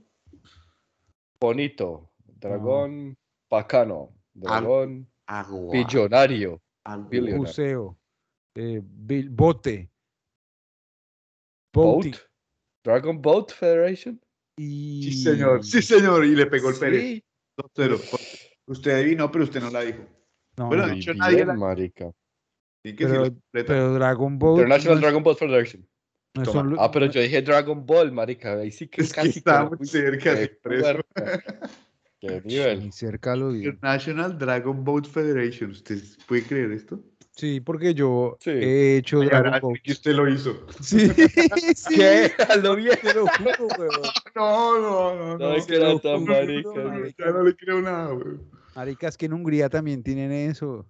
S4: bonito. Dragón bacano. Dragón
S2: Agua.
S4: billonario.
S2: agua.
S4: billion.
S1: Buceo. eh, bil- bote.
S4: Boat.
S1: Boating.
S4: Dragon Boat Federation.
S1: Y...
S2: Sí, señor, sí, señor. Y le pegó el
S4: Sí.
S2: Pérez. 2-0. Usted adivinó, pero usted no la dijo.
S1: No,
S2: Bueno,
S1: no,
S2: dicho
S4: Muy
S2: nadie
S4: bien,
S2: la-
S4: marica.
S2: Tiene que
S1: Pero-
S2: decir la completa.
S1: pero Dragon Ball.
S4: International
S1: no es-
S4: Dragon Ball Federation.
S1: no es
S2: Toma.
S1: solo-
S4: Ah, pero yo dije Dragon Ball, marica. Ahí sí que Eh,
S2: Es que
S4: casi
S2: está
S4: que-
S2: muy
S4: Uy,
S2: cerca,
S4: qué
S2: sí, por eso.
S4: [laughs] puerca. Qué
S1: Ni
S4: nivel.
S1: cerca lo vi.
S2: International Dragon Boat Federation. ¿Usted puede creer esto?
S1: Sí, porque yo
S4: Sí.
S1: he hecho
S2: Ay,
S1: Dragon
S2: ahora
S1: Ball.
S2: que usted lo hizo.
S1: Sí,
S4: [laughs]
S1: sí.
S4: Lo bien.
S1: Te lo juro, weón.
S2: No, no, no. no.
S4: No, [laughs] es que era
S1: pero-
S4: tan marica.
S1: no,
S4: güey.
S1: marica.
S2: Ya no le creo nada, weón.
S1: Marica, es que en Hungría también tienen eso.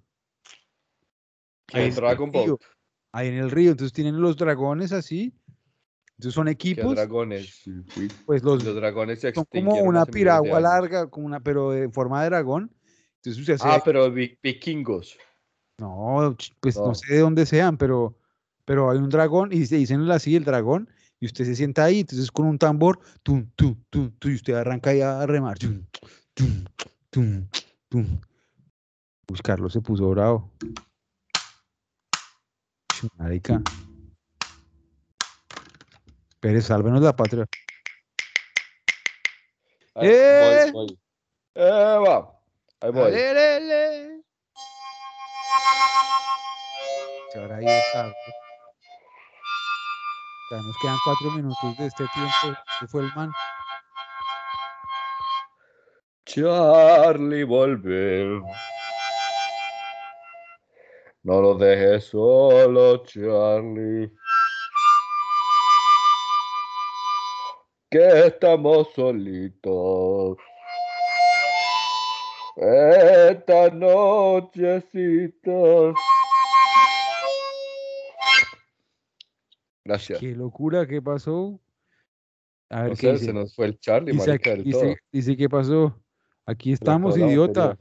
S4: Que
S1: Ahí en el
S4: Dragon Boat.
S1: río, Ahí en el río. Entonces tienen los dragones así. Entonces son
S4: Que
S1: equipos.
S4: dragones.
S2: Sí, fui.
S1: Pues los,
S4: Los dragones se
S1: son
S4: extinguieron.
S1: como una
S4: hace millones de
S1: piragua
S4: años.
S1: larga, como una, pero en forma de dragón. Entonces se hace.
S4: Ah, pero vi- vikingos.
S1: No, ch- pues no.
S4: No.
S1: sé de dónde sean, pero, pero hay un dragón y se dicen así el dragón y usted se sienta ahí, entonces con un tambor, tum, tum, tum, tum, y usted arranca ahí a remar. tum, tum, tum, tum. Uy, Carlos se puso bravo. Chu, Marica. Pérez, sálvenos la patria.
S4: Ahí
S1: ¡Eh!
S4: voy, voy. Eh, va. Ahí voy.
S1: Alelele. Se habrá ido tarde. Ya nos quedan cuatro minutos de este tiempo. ¿Qué fue el man?
S4: Charlie, volver. No lo dejes solo, Charlie. Que estamos solitos. Esta nochecita. Gracias.
S1: Qué locura, ¿qué pasó? A ver qué
S4: No sé,
S1: dice.
S4: se nos fue el Charlie,
S1: Dice,
S4: marica,
S1: aquí-
S4: del
S1: dice-
S4: todo.
S1: dice, ¿qué pasó? Aquí
S4: Se le acabó
S1: estamos,
S4: la
S1: idiota.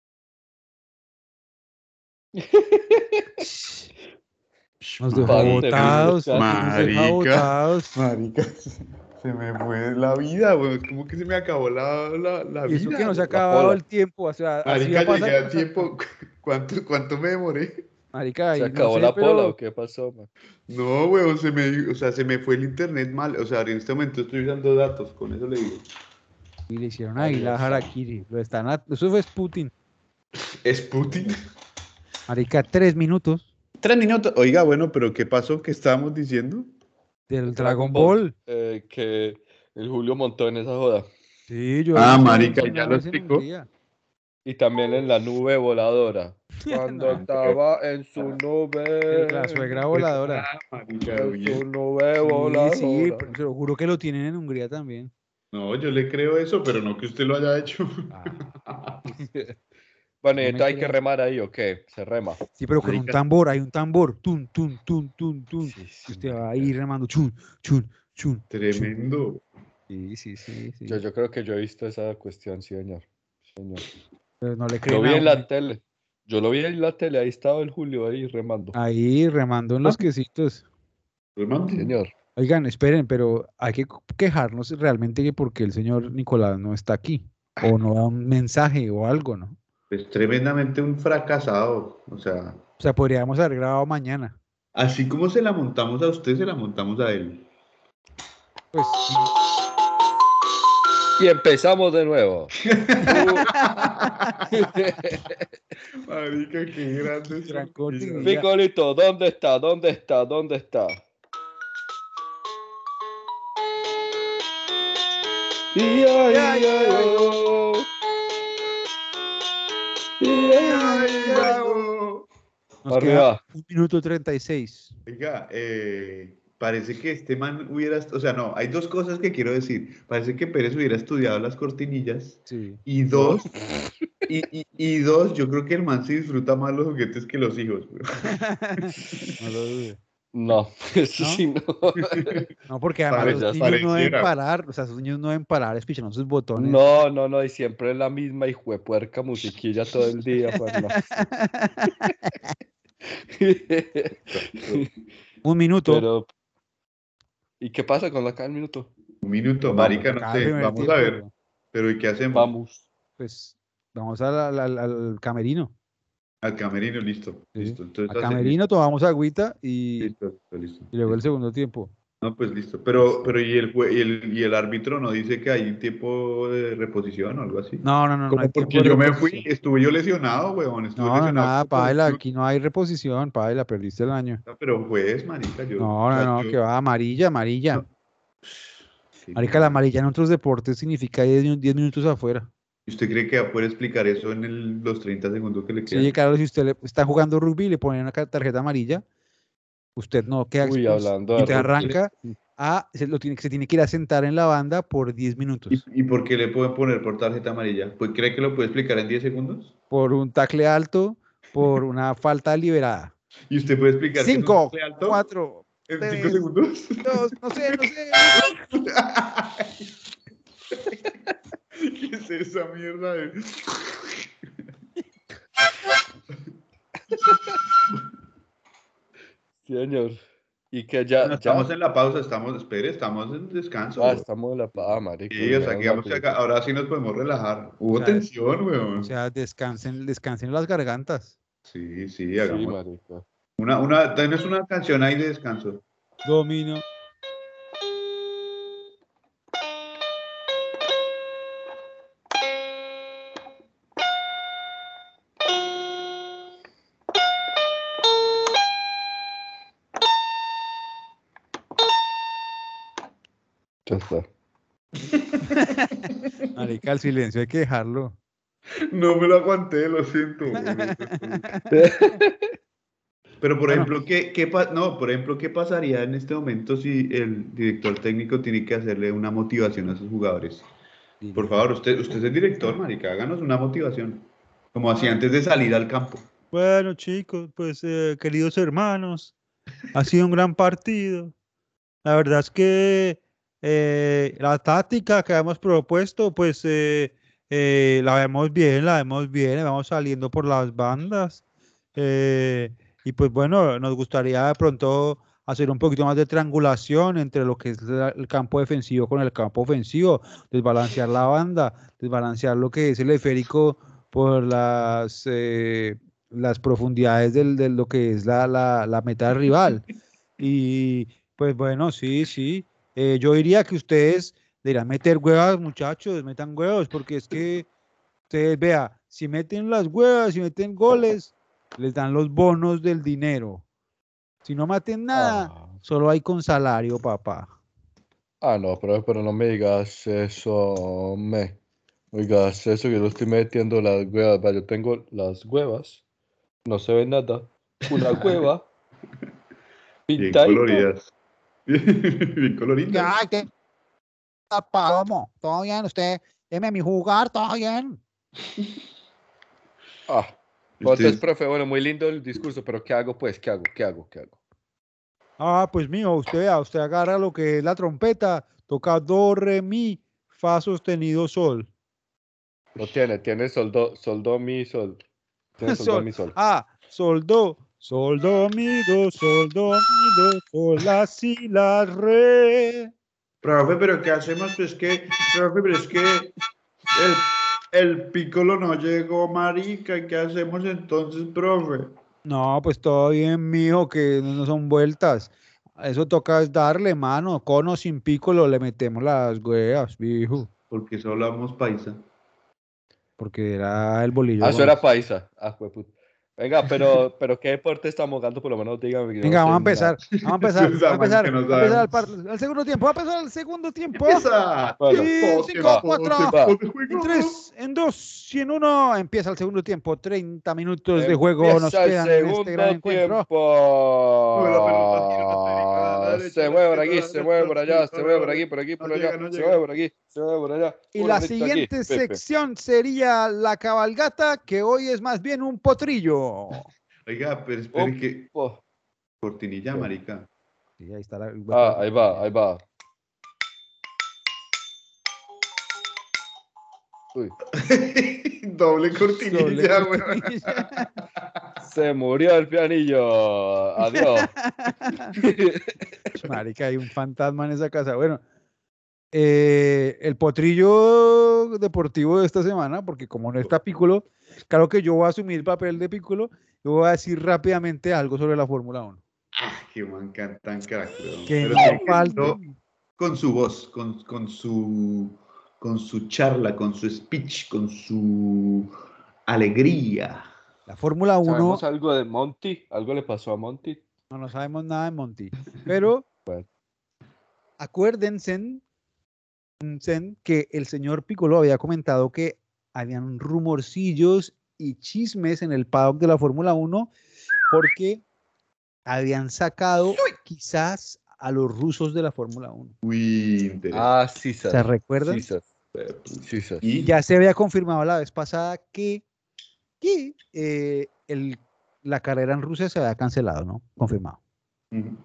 S1: [laughs] Nos dejó
S4: Madre
S1: botados.
S4: mía,
S1: Nos dejó
S2: marica.
S1: botados.
S2: Marica, [laughs] se me fue la vida, weón. Es como que se me acabó la, la, Ah, la
S1: Y eso
S2: vida.
S1: que nos ha
S2: weón.
S1: acabado
S4: bola.
S1: el tiempo. O sea, así va
S2: Marica,
S1: a pasar
S2: [laughs] llegué al
S1: con-
S2: tiempo. ¿Cuánto, ¿Cuánto me demoré?
S1: Marica,
S4: Se
S1: y no
S4: acabó
S1: sé,
S4: la
S1: pero-
S4: pola o qué pasó, man.
S2: No, weón, se me, o sea, se me fue el internet mal. O sea, en este momento estoy usando datos, con eso le digo.
S1: Y le hicieron águila a Harakiri. Lo están a- Eso fue Putin.
S2: ¿Es Putin?
S1: Marica, tres minutos
S2: [laughs] Tres minutos. Oiga, bueno, pero ¿qué pasó? ¿Qué estábamos diciendo?
S1: del Dragon
S4: Dragon
S1: Ball.
S4: Eh, que el Julio montó en esa joda.
S1: Sí, yo.
S2: Ah,
S1: yo-
S2: marica,
S1: yo-
S2: ya
S1: yo-
S2: lo
S1: yo- yo-
S2: explicó.
S1: yo-
S4: Y también en la
S1: [laughs]
S4: nube voladora. Cuando estaba en su
S1: yo-
S4: nube.
S1: La
S2: Eh,
S1: suegra voladora.
S4: En su nube voladora.
S1: Sí, sí, pero se lo juro que lo tienen en Hungría también.
S2: No, yo le creo eso, pero no que usted lo haya hecho. [laughs]
S1: Ah,
S4: Bueno, y
S1: No me
S4: entonces hay que
S1: creas.
S4: remar ahí, ¿o qué? Se rema.
S1: Sí, pero con un
S2: Marica.
S1: tambor, hay un tambor. Tun, tun, tun, tun, tun.
S4: Sí, sí,
S1: Y usted va
S4: marica.
S1: ahí remando. Chun, chun, chun.
S2: Tremendo.
S1: Sí, sí, sí. sí.
S4: Yo, yo creo que yo he visto esa cuestión, sí, señor. Señor.
S1: Pero no le
S4: Lo
S1: creen.
S4: vi
S1: a
S4: en la
S1: uno.
S4: tele. Yo lo vi en la tele, ahí estaba el Julio ahí remando.
S1: Ahí remando
S2: Ah.
S1: en los quesitos.
S4: Sí,
S2: Tremendo.
S4: Señor.
S1: Oigan, esperen, pero hay que quejarnos realmente que porque el señor Nicolás no está aquí. O no da un mensaje o algo, ¿no?
S2: Es tremendamente un fracasado. O sea,
S1: O sea, podríamos haber grabado mañana.
S2: así como se la montamos a usted, se la montamos a él.
S1: Pues
S4: Y empezamos
S1: [laughs]
S4: de nuevo. Uh. [laughs]
S2: Marica, qué grande.
S1: Gran corte.
S4: Picolito, ¿dónde está? ¿Dónde está? ¿Dónde está? Y ay, ay, ay, oh. Y ay, ay, ay, oh.
S1: nos queda
S4: Arriba.
S1: un minuto 36.
S2: Oiga, eh, parece que este man hubiera, o sea, no, hay dos cosas que quiero decir. Parece que Pérez hubiera estudiado las cortinillas
S1: Sí.
S2: y dos, y, y- y dos, yo creo que el man se disfruta más los juguetes que los hijos.
S1: [laughs]
S2: güey.
S1: No lo dude.
S4: No, [laughs] eso
S1: ¿No?
S4: sí no.
S1: No, porque además
S2: Pare-
S1: los niños no deben
S2: pareciera.
S1: parar, o sea, sus niños no deben parar escuchando sus botones.
S4: No, no, no, y siempre es la misma hijuepuerca musiquilla todo el día, Juan, no.
S1: Un minuto.
S4: Pero, ¿y qué pasa con la cada minuto?
S2: Un minuto, marica, no
S1: Cada
S2: sé,
S1: primer
S2: vamos
S1: tiempo,
S2: a ver,
S1: pero,
S2: pero ¿y qué hacemos?
S4: Vamos.
S1: Pues vamos al, al- al- al camerino.
S2: Al camerino, listo,
S1: Sí.
S2: listo. Entonces,
S1: Al
S2: hacemos-
S1: camerino tomamos agüita y,
S2: Listo, listo, listo.
S1: y luego el segundo tiempo.
S2: No, pues listo, pero, pero ¿y el, jue- y el, y el árbitro no dice que hay tiempo de reposición o algo así?
S1: No, pues no, no, no.
S2: Como
S1: hay
S2: porque
S1: tiempo de
S2: yo me fui,
S1: reposición.
S2: estuve yo lesionado, weón. Estuve
S1: No, no,
S2: lesionado
S1: nada,
S2: por-
S1: Paila, aquí no hay reposición, Paila, perdiste el año.
S2: No, pero juez, marica, yo.
S1: No,
S2: o sea,
S1: no, no,
S2: yo-
S1: que va amarilla, amarilla.
S2: No. Sí,
S1: Marica, la amarilla en otros deportes significa 10 minu- 10 minutos afuera.
S2: ¿Y ¿Usted cree que va a poder explicar eso en el- los 30 segundos que le
S1: Sí,
S2: quedan?
S1: claro, si usted le, está jugando rugby y le ponen una ca- tarjeta amarilla, usted no queda
S4: Uy,
S1: expulso
S4: hablando
S1: y
S4: de
S1: te
S4: rugby.
S1: arranca
S2: mm.
S1: a, se, lo tiene, se tiene que ir a sentar en la banda por 10 minutos.
S2: ¿Y, y por qué le pueden poner por tarjeta amarilla? Pues cree que lo puede explicar en 10 segundos.
S1: Por un tacle alto, por una falta liberada.
S2: ¿Y usted puede explicar que es un
S1: 5,
S2: tacle alto
S1: 4,
S2: en
S1: tres.
S2: 5 segundos? [laughs]
S1: 2, no sé, no sé.
S2: ¿Qué es esa mierda de.?
S4: Sí, señor. Y que ya,
S2: No,
S4: ya.
S2: estamos en la pausa, estamos, espere, estamos en descanso.
S4: Ah,
S2: weón.
S4: estamos en la pa- ah, marica,
S2: Sí, o sea,
S4: ya,
S2: que digamos que
S4: rápido.
S2: acá- ahora sí nos podemos relajar. Hubo
S1: O sea,
S2: tensión, weón.
S1: O sea, descansen, descansen las gargantas.
S2: sí, sí,
S4: Sí,
S2: hagamos.
S4: marica.
S2: una, una, tenemos una canción ahí de descanso.
S1: Domino.
S4: Ya está.
S1: Marica, el silencio hay que dejarlo.
S2: No me lo aguanté, lo siento. este Pero por
S1: Bueno.
S2: ejemplo, ¿qué, qué pa- no, por ejemplo, ¿qué pasaría en este momento si el director técnico tiene que hacerle una motivación a sus jugadores? Por favor, usted, usted es el director, marica, háganos una motivación. Como hacía antes de salir al campo.
S1: Bueno, chicos, pues eh, queridos hermanos, ha sido un gran partido. La verdad es que eh, la táctica que hemos propuesto, pues eh, eh, la vemos bien, la vemos bien, vamos saliendo por las bandas. Eh, y pues bueno, nos gustaría de pronto hacer un poquito más de triangulación entre lo que es la- el campo defensivo con el campo ofensivo, desbalancear la banda, desbalancear lo que es el esférico por las eh, las profundidades del- de lo que es la, la, la meta del rival. Y pues bueno, sí, sí. Eh, yo diría que ustedes deberían meter huevas, muchachos, metan huevos, porque es que ustedes, vea, si meten las huevas, si meten goles, les dan los bonos del dinero. Si no maten nada,
S4: Ah,
S1: solo hay con salario, papá.
S4: ah, no, pero, pero no me digas eso, me. No digas eso, que yo estoy metiendo las huevas. va, Yo tengo las huevas, no se ve nada.
S2: [laughs]
S4: Una hueva
S2: Bien
S4: pintadita.
S2: coloridas. [laughs] Bien coloridas.
S1: Ay, qué palomo. Todo bien, usted. Deme a mi jugar, todo bien.
S4: Ah, entonces,
S2: Ustedes-
S4: profe, bueno, muy lindo el discurso, pero ¿qué hago, pues? ¿Qué hago? ¿Qué hago? ¿Qué hago?
S1: Ah, pues mío, usted vea, usted agarra lo que es la trompeta, toca do, re, mi, fa sostenido, sol.
S4: No tiene, tiene sol, do, sol, do, mi, sol. [laughs] Tiene sol, do,
S1: Sol.
S4: mi, sol.
S1: Ah, sol, do, sol, do, mi, do, sol, do, mi, do, sol, la, si, la, re.
S2: Profe, pero ¿qué hacemos? Pues que, profe, pero es que el, el pícolo no llegó, marica. ¿Qué hacemos entonces, profe?
S1: No, pues todo bien, mijo, que no no son vueltas. Eso toca es darle mano, con o sin pícolo le metemos las huevas, mijo.
S2: Porque solo hablamos paisa.
S1: Porque era el bolillo.
S4: Ah, eso era
S1: Gómez.
S4: paisa. Ah, jueputa. Venga,
S1: [laughs]
S4: pero, pero ¿qué deporte estamos jugando? Por lo menos dígame. que yo no
S1: Venga, vamos a
S4: sé nada.
S1: empezar.
S4: [laughs]
S1: Vamos a empezar.
S2: Sabemos
S1: Vamos a empezar.
S2: que no
S1: vamos a empezar al, par- al segundo tiempo. Va a empezar al segundo tiempo.
S2: ¡Empieza!
S4: Bueno,
S1: Sí,
S2: Todo
S1: cinco,
S2: tiempo,
S1: cuatro,
S2: tiempo
S4: va.
S2: de juego.
S1: En tres, en dos y en uno. Empieza el segundo tiempo. 30 minutos de juego
S4: Empieza
S1: nos
S4: el
S1: quedan en este
S4: segundo
S1: gran encuentro.
S4: tiempo.
S2: Mueve la pelota, gira, no tiene nada, dale,
S4: Se
S2: tira,
S4: mueve por
S2: tira,
S4: aquí,
S2: dale,
S4: se mueve
S2: tira,
S4: por allá,
S2: tira,
S4: se
S2: tira,
S4: mueve por
S2: dale.
S4: aquí, por aquí, por
S2: No
S4: allá,
S2: llega, no
S4: se
S2: llega.
S4: mueve por aquí, se mueve por allá.
S1: Y
S4: Un
S1: la
S4: ratito aquí,
S1: siguiente
S4: Pepe.
S1: sección sería la cabalgata, que hoy es más bien un
S4: [laughs]
S1: potrillo.
S2: Oiga, pero espere que.
S4: Oh,
S2: Cortinilla,
S4: Bien.
S2: marica.
S1: Sí, ahí está la-
S4: Ah,
S1: [laughs]
S4: ahí va, ahí va. Uy,
S2: [laughs] Doble
S1: Doble
S2: cortinilla, güey.
S4: [laughs]
S1: cortinilla.
S4: se murió el pianillo.
S1: [laughs]
S4: Adiós.
S1: Marica, hay un fantasma en esa casa. Bueno, eh, el potrillo deportivo de esta semana, porque como no está Piccolo, claro que yo voy a asumir el papel de Piccolo, yo voy a decir rápidamente algo sobre la Fórmula 1.
S2: Ah, que man can- tan crack, weón.
S1: Que
S2: Pero
S1: no
S2: tiene que-
S1: falte-
S2: no, con su voz, con, con su con su charla, con su speech, con su alegría.
S1: La Fórmula 1
S4: ¿Sabemos algo de Monty? ¿Algo le pasó a Monty?
S1: no, no sabemos nada de
S4: [laughs]
S1: Monty, pero acuérdense sen, que el señor Piccolo había comentado que habían rumorcillos y chismes en el paddock de la Fórmula 1 porque habían sacado quizás a los rusos de la Fórmula 1.
S2: Uy, interesante.
S4: Ah, sí, sir.
S1: ¿Se recuerdan?
S4: Sí, sir. Sí, sir.
S2: y
S1: Ah, Ya se había confirmado la vez pasada que, que eh, el- la carrera en Rusia se había cancelado, ¿no? Confirmado.
S2: Ujú.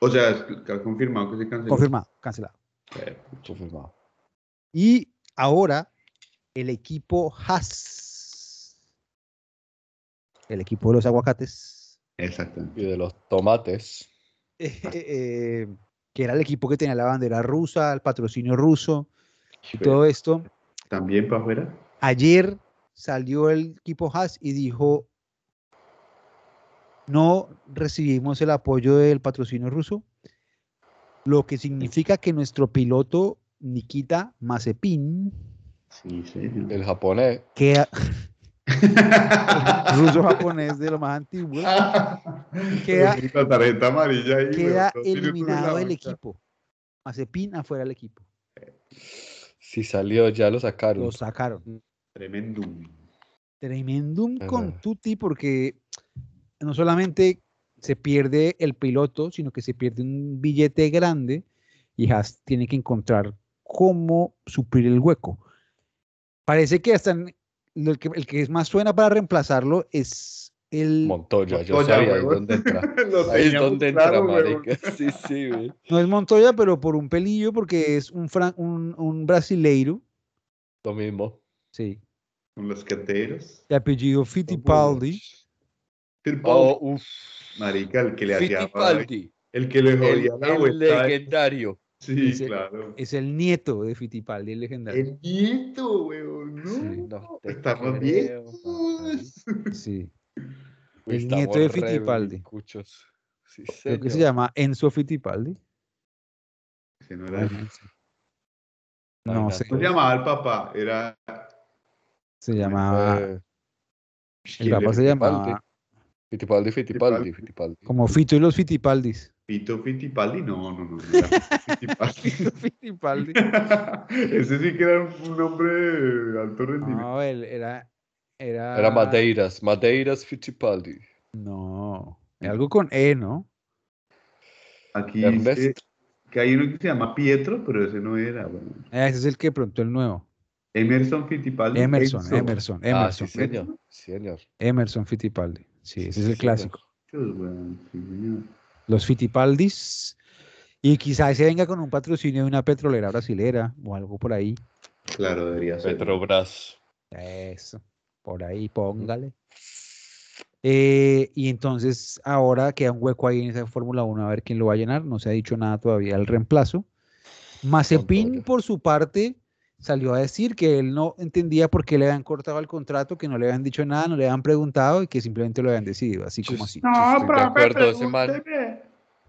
S2: O sea, es que ha confirmado que se canceló.
S1: Confirmado, cancelado.
S2: Eh,
S4: Confirmado.
S1: Y ahora el equipo Haas, el equipo de los aguacates,
S2: Exactamente.
S4: Y de los tomates.
S1: eh, eh, que era el equipo que tenía la bandera rusa, el patrocinio ruso y todo esto.
S2: También para afuera.
S1: Ayer salió el equipo Haas y dijo, no recibimos el apoyo del patrocinio ruso, lo que significa que nuestro piloto Nikita Mazepin,
S2: Sí, señor. [laughs]
S4: El japonés.
S1: que ruso japonés de lo más antiguo, [laughs] Queda-
S2: Uy, la tarjeta amarilla ahí,
S1: queda
S2: weón, tiene otro
S1: eliminado
S2: lado,
S1: el
S2: ya.
S1: equipo. Mazepin afuera del equipo.
S4: Si salió, ya lo sacaron.
S1: Lo sacaron.
S2: Tremendo. [laughs]
S1: Tremendum con
S4: Ah.
S1: Tutti porque no solamente se pierde el piloto, sino que se pierde un billete grande y Haas tiene que encontrar cómo suplir el hueco. Parece que hasta en- lo que- el, que, es más suena para reemplazarlo es el...
S4: Montoya, yo
S2: Montoya,
S4: sabía ahí
S2: huevón. [laughs]
S4: dónde entra.
S2: Lo
S4: Ahí es
S2: teníamos
S4: donde entra,
S2: claro, weón.
S4: marica. Sí, sí, güey.
S1: No es Montoya, pero por un pelillo porque es un, fran- un, un brasileiro.
S4: Lo mismo.
S1: Sí.
S2: Con los canteros.
S1: De apellido Fittipaldi.
S4: Oh, uff.
S2: Marica, el que le hacía.
S4: Fittipaldi.
S2: El que le
S4: El,
S2: jodía la eh.
S4: el
S2: vuelta.
S4: legendario.
S2: Sí,
S1: Ese-
S2: claro.
S1: Es el nieto de Fittipaldi, el legendario.
S2: El nieto, weón. No.
S4: Sí, no te
S2: Estamos
S4: creo,
S2: viejos.
S1: Sí. El
S4: Estamos
S1: nieto de
S4: re
S1: Fittipaldi.
S4: brincuchos. Sí,
S1: Creo que se
S4: señor.
S1: llama Enzo Fittipaldi.
S2: Ese no era-
S1: No sé.
S2: ¿Cómo se llamaba el papá? Era.
S1: Se llamaba.
S4: Eh,
S1: El papá se llamaba
S4: Fittipaldi, Fittipaldi, Fittipaldi.
S1: como Fito y los Fittipaldis.
S2: Pito Fittipaldi, no, no, no. no era Fittipaldi. [laughs]
S1: Fittipaldi.
S2: Ese sí que era un un hombre de alto rendimiento.
S1: No, él era. Era,
S4: Era Madeiras, Madeiras Fittipaldi.
S1: No. era Algo con E, ¿no?
S2: Aquí
S4: Ernest.
S2: dice que hay uno que se llama Pietro, pero ese no era. bueno.
S1: Ah, Ese es el que pronto el nuevo.
S2: Emerson Fittipaldi.
S1: Emerson,
S2: Enzo.
S1: Emerson,
S4: Ah,
S1: Emerson.
S4: sí, señor. sí, señor.
S1: Emerson Fittipaldi. Sí, ese es el
S4: Sí,
S1: clásico.
S2: Dios, weón, sí, señor.
S1: Los Fittipaldis. Y quizás se venga con un patrocinio de una petrolera brasilera o algo por ahí.
S2: Claro, debería ser.
S4: Petrobras.
S1: Eso, por ahí póngale. Eh, y entonces ahora queda un hueco ahí en esa Fórmula 1 a ver quién lo va a llenar. No se ha dicho nada todavía del reemplazo. Mazepin,
S4: Montoya.
S1: por su parte, salió a decir que él no entendía por qué le habían cortado el contrato, que no le habían dicho nada, no le habían preguntado y que simplemente lo habían decidido, así como así.
S4: No,
S5: profe,
S4: acuerdo, ese man.
S5: pregúnteme.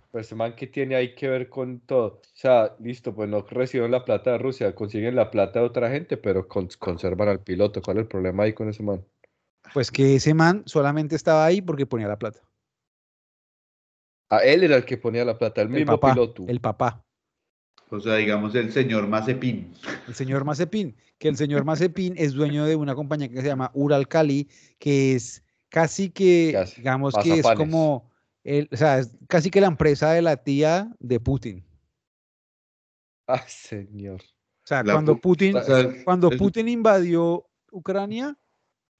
S4: Pues man que tiene ahí que ver con todo. O sea, listo, pues no reciben la plata de Rusia, consiguen la plata de otra gente, pero con- conservan al piloto. ¿Cuál es el problema ahí con ese man?
S1: Pues que ese man solamente estaba ahí porque ponía la plata.
S4: A Ah, él era el que ponía la plata, el
S1: El
S4: mismo
S1: papá,
S4: piloto.
S1: el papá,
S2: O sea, digamos el señor Mazepin.
S1: el señor Mazepin, que el señor Mazepin es dueño de una compañía que se llama Uralcali, que es casi que,
S4: ¿Qué hace?
S1: digamos que es
S4: Mazapanes.
S1: como, el, o sea, es casi que la empresa de la tía de Putin.
S4: Ah, señor.
S1: O sea,
S2: La
S1: cuando
S2: Pu-
S1: Putin,
S2: O sea,
S1: cuando
S2: es-
S1: Putin invadió Ucrania,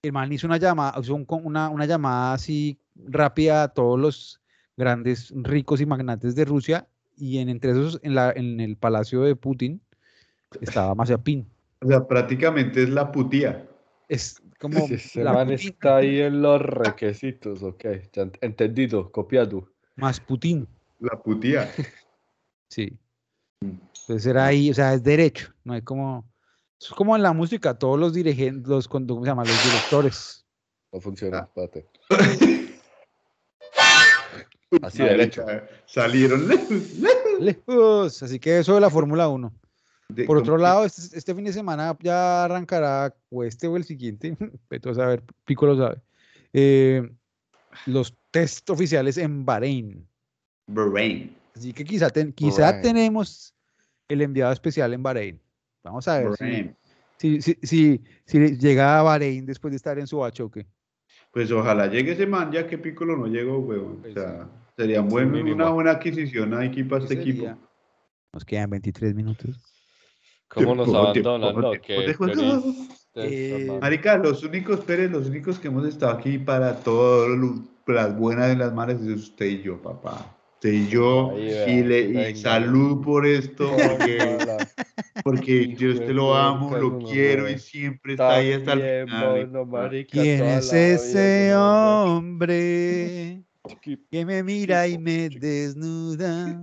S1: el man hizo una llamada, hizo un con- una, una llamada así rápida a todos los grandes ricos y magnates de Rusia y en entre esos en, la, en el palacio de Putin estaba Mazepin.
S2: o sea, prácticamente es la putía.
S1: Es como
S4: Si [laughs] ese
S1: la
S4: man
S1: Putin,
S4: está ahí en los requisitos, ok. ya ent- entendido, copiado.
S1: más Putin,
S2: La
S4: [laughs]
S2: putía.
S1: sí.
S2: Mm.
S1: Entonces era ahí, o sea, es derecho, no hay como es como en la música, todos los dirigentes, los con- ¿cómo se llama? Los directores.
S4: No funciona,
S2: Ah.
S4: espérate. Así derecho.
S2: Marica, Salieron.
S1: Lejos, Pues, así que eso de la Fórmula 1.
S2: De-
S1: Por otro
S2: como-
S1: lado, este, este fin de semana ya arrancará, o este o el siguiente, [laughs] pero a ver, Pico lo sabe. eh, los test oficiales en Bahrein.
S2: Bahrein.
S1: Así que quizá, ten- quizá
S4: Bahrein.
S1: tenemos el enviado especial en Bahrein. Vamos a ver si-
S2: Bahrein.
S1: si, si, si, si llega a Bahrein después de estar en su bachoque.
S2: Pues ojalá llegue ese man, ya que Piccolo no llegó, huevón. O
S1: Pues
S2: sea, sería buen-
S4: mínimo.
S2: una buena adquisición aquí para este equipo.
S1: Nos quedan 23 minutos.
S4: ¿Cómo nos
S2: Tiempo, tiempo,
S4: abandonan? no?
S2: tiempo
S4: Qué-
S2: de
S4: qué
S2: juego.
S4: tristeza,
S1: Eh,
S4: man.
S2: Marica, los únicos Pérez, los únicos que hemos estado aquí para todas las buenas y las malas es usted y yo, papá. Usted y yo,
S4: Ahí va,
S2: y, le- y
S4: venga.
S2: salud por
S4: [laughs]
S2: esto, porque,
S4: Hola.
S2: porque
S4: Hijo
S2: yo a usted
S4: de
S2: lo amo,
S4: puta,
S2: lo
S4: no, no,
S2: quiero
S4: no.
S2: y siempre está ahí hasta el
S4: También,
S2: final. ah,
S4: mono, marica,
S1: ¿Quién
S4: toda
S1: es
S4: la vida,
S1: ese
S4: ese
S1: hombre?
S4: hombre. Chiqui- pues,
S1: que
S4: [laughs]
S1: me mira y
S4: Chico,
S1: me
S4: chico. [laughs]
S1: desnuda.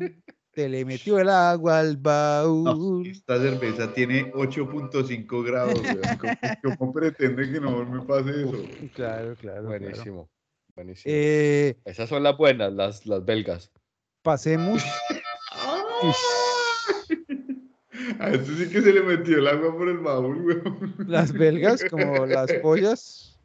S1: Se le metió el agua al
S2: No,
S1: baúl.
S2: esta cerveza tiene 8.5
S4: [laughs]
S2: grados, weón. ¿Cómo, cómo pretende que no me pase eso?
S1: Claro, claro.
S4: Buenísimo. Buenísimo.
S1: Eh,
S4: Esas son las buenas, las, las belgas.
S1: pasemos.
S4: [laughs]
S2: A este sí que se le metió el agua por el baúl, weón.
S4: [laughs]
S1: Las belgas, como las pollas.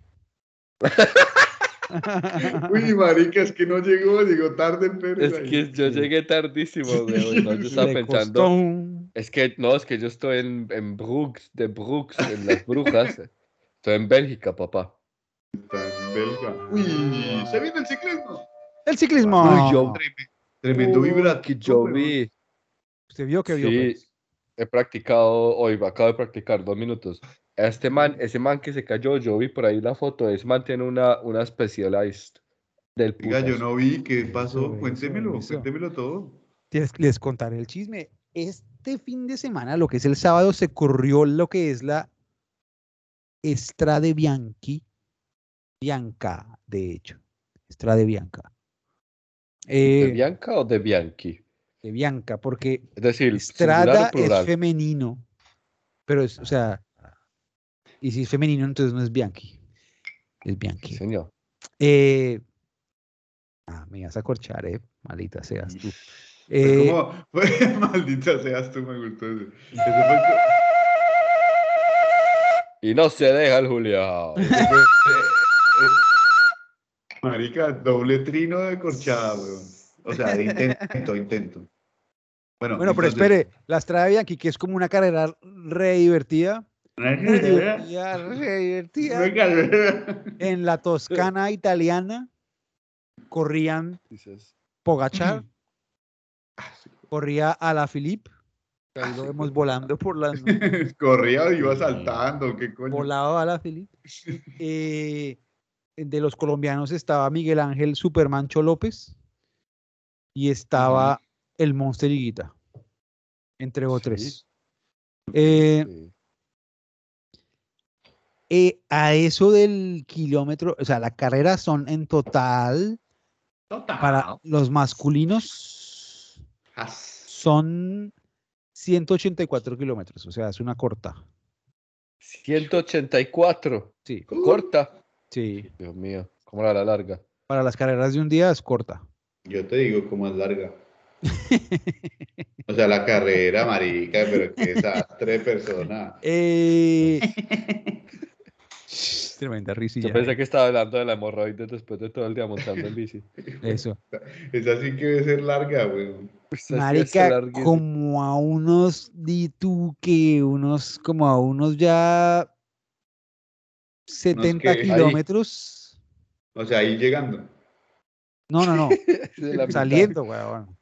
S2: Uy, marica, es que no llegó, llegó tarde el perro.
S4: Es que yo llegué tardísimo, güey. no, [laughs] yo estaba
S1: Le
S4: pensando.
S1: costó un-
S4: Es que no, es que yo estoy en, en Brooks, de Brooks, en las brujas. Estoy en Bélgica, papá.
S2: Uy, se viene el ciclismo.
S1: El ciclismo.
S4: Uy, yo-
S2: Tremendo vibra.
S4: que yo vi.
S1: Usted vio que vio.
S4: Sí.
S1: pues?
S4: He practicado hoy, acabo de practicar dos minutos. Este man, ese man que se cayó, yo vi por ahí la foto. Ese man tiene una, una specialized del
S2: Oiga, yo
S4: putas.
S2: no vi qué pasó.
S1: Eso, eso,
S2: cuéntemelo,
S1: eso.
S2: cuéntemelo todo.
S1: Les, les contaré el chisme. Este fin de semana, lo que es el sábado, se corrió lo que es la Estrade Bianchi. Bianca, de hecho. Estrade Bianca. Eh,
S4: ¿De Bianca o de Bianchi?
S1: de Bianca, porque
S4: Es decir,
S1: Estrada
S4: singular o plural.
S1: es femenino. Pero es, o sea, y si es femenino, entonces no es Bianchi. Es
S4: Sí,
S1: Bianchi.
S4: señor.
S1: Eh, Ah, me vas a corchar, eh. Maldita seas tú.
S2: Fue
S1: Eh,
S2: como- [laughs] fue- maldita seas tú, me gustó eso. Eso fue co-
S4: Y no se deja el
S1: [laughs]
S4: Julián.
S2: [laughs] Marica, doble trino de corchada, weón. O sea, de intento, intento. Bueno,
S1: bueno, pero
S2: entonces-
S1: espere, las trae Bianchi, que es como una carrera re divertida. Re divertida, ¿eh? re divertida.
S2: Venga,
S1: En la Toscana italiana corrían
S4: Dices,
S1: Pogachar, Ah, corría a la Filip, ahí lo vemos volando por la [laughs]
S2: [laughs] Corría o iba saltando, qué coño.
S1: volaba a la Filip. de los colombianos estaba Miguel Ángel Supermancho López y estaba el Monster Higuita, entre otros. Eh,
S4: sí.
S1: eh, a eso del kilómetro, o sea, la carrera son en total para los masculinos
S2: As-
S1: son 184 kilómetros, o sea, es una corta.
S4: 184.
S1: Sí,
S4: Corta.
S1: sí.
S4: Dios mío, ¿cómo la hará larga?
S1: Para las carreras de un día es corta.
S2: Yo te digo cómo es larga. O sea, la carrera, marica, pero qué desastre de persona. [laughs]
S1: Eh, Tremenda risilla. eh,
S4: Yo pensé que estaba hablando de la hemorroide después de todo el día montando en bici.
S1: Eso.
S2: Es así que debe ser larga, weón.
S4: Pues así es
S1: [laughs] Marica,
S4: larguísimo.
S1: como a unos, di tú que unos, como a unos ya 70
S2: que- ahí.
S1: kilómetros.
S2: O sea, ahí llegando.
S1: No, no, no.
S4: De la mitad.
S1: saliendo, weón.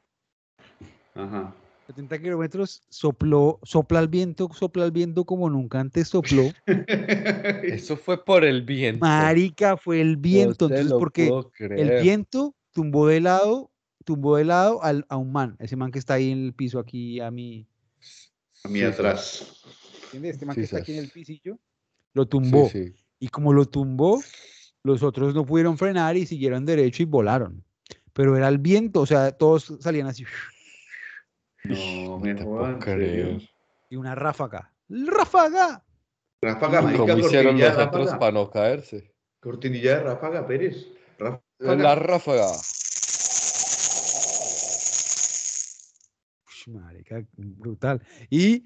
S2: Ajá. [laughs]
S1: 70 kilómetros, sopló, sopla el viento, sopla el viento como nunca antes
S4: [laughs]
S1: sopló.
S4: Eso fue por el viento.
S1: Marica, fue el viento.
S4: No te
S1: Entonces,
S4: lo
S1: porque
S4: puedo
S1: el
S4: creer.
S1: viento tumbó de lado, tumbó de lado al, a un man, ese man que está ahí en el piso aquí a mi,
S2: A mí
S4: Sí,
S2: atrás.
S1: ¿Entiendes? Este man
S4: Sí,
S1: que está
S4: sas.
S1: aquí en el pisillo lo
S4: Sí,
S1: tumbó.
S4: sí.
S1: Y como lo tumbó, los otros no pudieron frenar y siguieron derecho y volaron. Pero era el viento, o sea, todos salían así.
S2: No,
S4: No
S2: me
S4: te
S2: jodan,
S4: puedo
S2: en serio.
S4: creer.
S1: Y una ráfaga. ¡Ráfaga!
S2: Ráfaga, marica,
S4: ¿Cómo hicieron
S2: cortinilla
S4: los
S2: de
S4: otros
S2: ráfaga.
S4: para no caerse?
S2: Cortinilla de ráfaga, Pérez. Ráfaga.
S4: La ráfaga.
S1: Ush, marica, brutal. Y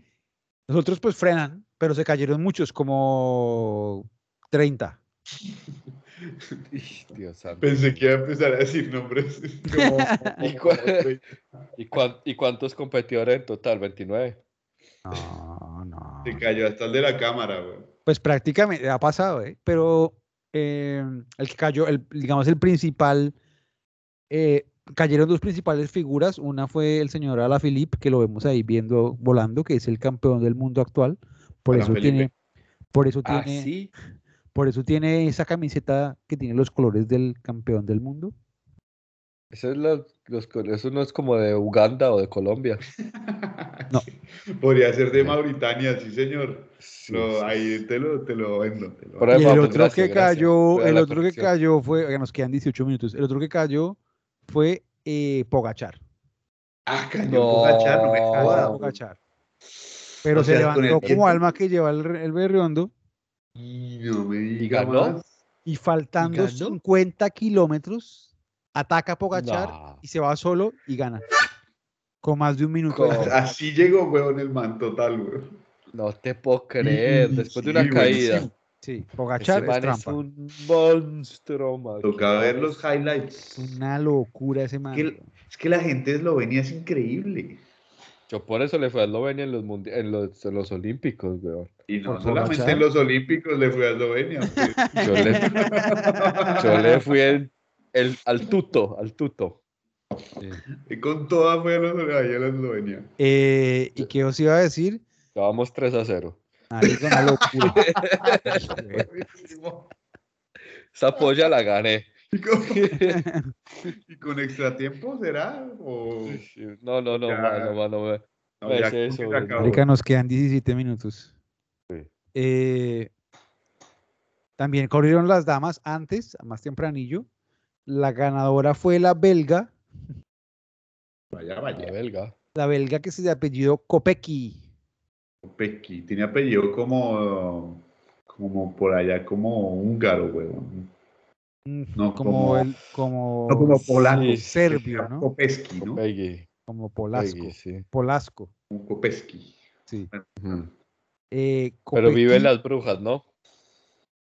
S1: los otros pues frenan, pero se cayeron muchos, como 30.
S4: Ih, Dios
S2: [laughs]
S4: santo.
S2: Pensé que iba a empezar a decir nombres. [laughs] Como-
S4: ¿Y, cua- y cuan- y cuántos competidores en total? 29.
S1: No, no.
S2: Se cayó hasta el de la cámara,
S4: [laughs]
S2: weón.
S1: Pues prácticamente ha pasado, ¿eh? pero eh, el que cayó, el, digamos, el principal, eh, cayeron dos principales figuras. Una fue el señor Alaphilippe, que lo vemos ahí viendo, volando, que es el campeón del mundo actual. Por eso
S2: Alaphilippe.
S1: tiene, por eso
S4: ¿Ah,
S1: tiene,
S4: sí?
S1: por eso tiene esa camiseta que tiene los colores del campeón del mundo.
S4: Eso, es la- los col- eso no es como de Uganda o de Colombia.
S1: No.
S2: Podría ser de Mauritania, sí, señor.
S4: Sí,
S2: No,
S4: sí,
S2: ahí te lo, te lo vendo. te lo
S4: Por
S2: vendo.
S4: ahí
S1: Y el
S4: vamos,
S1: otro
S4: gracias,
S1: que
S4: gracias.
S1: cayó,
S4: Voy a
S1: el
S4: la
S1: otro que
S4: corrección.
S1: cayó fue, oiga, nos quedan 18 minutos. El otro que cayó fue eh, Pogachar.
S2: Ah, cayó
S4: No.
S2: Pogachar, no me jodas.
S4: Wow.
S1: Pogachar. Pero
S2: Ah, O
S1: se
S2: sea, con el
S1: levantó como
S2: tiempo.
S1: alma que lleva el, re- el berriondo
S2: Y no me diga
S4: ganó?
S2: más.
S1: y faltando
S2: ganó?
S1: 50 kilómetros, ataca a Pogachar
S4: Nah.
S1: y se va solo y gana. Con más de un minuto. de
S4: Co-
S1: diferencia.
S2: Así llegó, weón, el man total, weón.
S4: No te puedo creer.
S2: Mm,
S4: Después de
S2: sí,
S4: una caída.
S2: buenísimo.
S1: Sí,
S4: Ese
S1: Pogachar es
S4: man es
S1: trampa.
S4: un monstruo, man.
S2: Tocaba ver los highlights.
S1: Una locura ese man.
S2: que- Es que la gente eslovenia es increíble.
S4: Yo por eso le fui a Eslovenia en los, mundi- en los, en los Olímpicos, weón.
S2: Y no
S1: Por
S2: solamente
S1: Pogachar.
S2: en los Olímpicos le fue a Eslovenia. pues.
S4: Yo le, yo le fui en- el- al tuto, al tuto.
S2: [laughs] Y con toda fue a los ahí a la Eslovenia. [laughs]
S1: Eh, ¿Y qué os iba a decir?
S4: Estábamos 3 a 0.
S1: Marica, una locura.
S2: Buenísimo.
S4: Esa polla la gané.
S2: ¿Y con, y con extratiempo será? O...
S4: No, no, no,
S2: Ya.
S4: mano, mano, me-
S2: No,
S4: Pues
S2: ya creo
S4: eso,
S2: que se
S4: güey.
S2: acabó.
S1: Marica, nos quedan 17 minutos. Eh, también corrieron las damas antes, más tempranillo. La ganadora fue la belga,
S2: Vaya,
S4: la
S2: vaya.
S4: belga.
S1: la belga que se de apellido Kopecky.
S2: Pequi tiene apellido como, como por allá, como húngaro, weón.
S1: No,
S2: No,
S1: Mm, como,
S2: como-
S1: el, como,
S2: No como polaco.
S1: Sí, serbio, ¿no?
S2: Kopeski, ¿no?
S4: Peggy,
S1: como Polasco.
S4: Peggy, sí.
S1: Polasco,
S2: Como Kopeski.
S1: sí.
S4: Ujú.
S1: Eh,
S4: Pero
S1: Kopecky-
S4: viven las brujas, ¿no?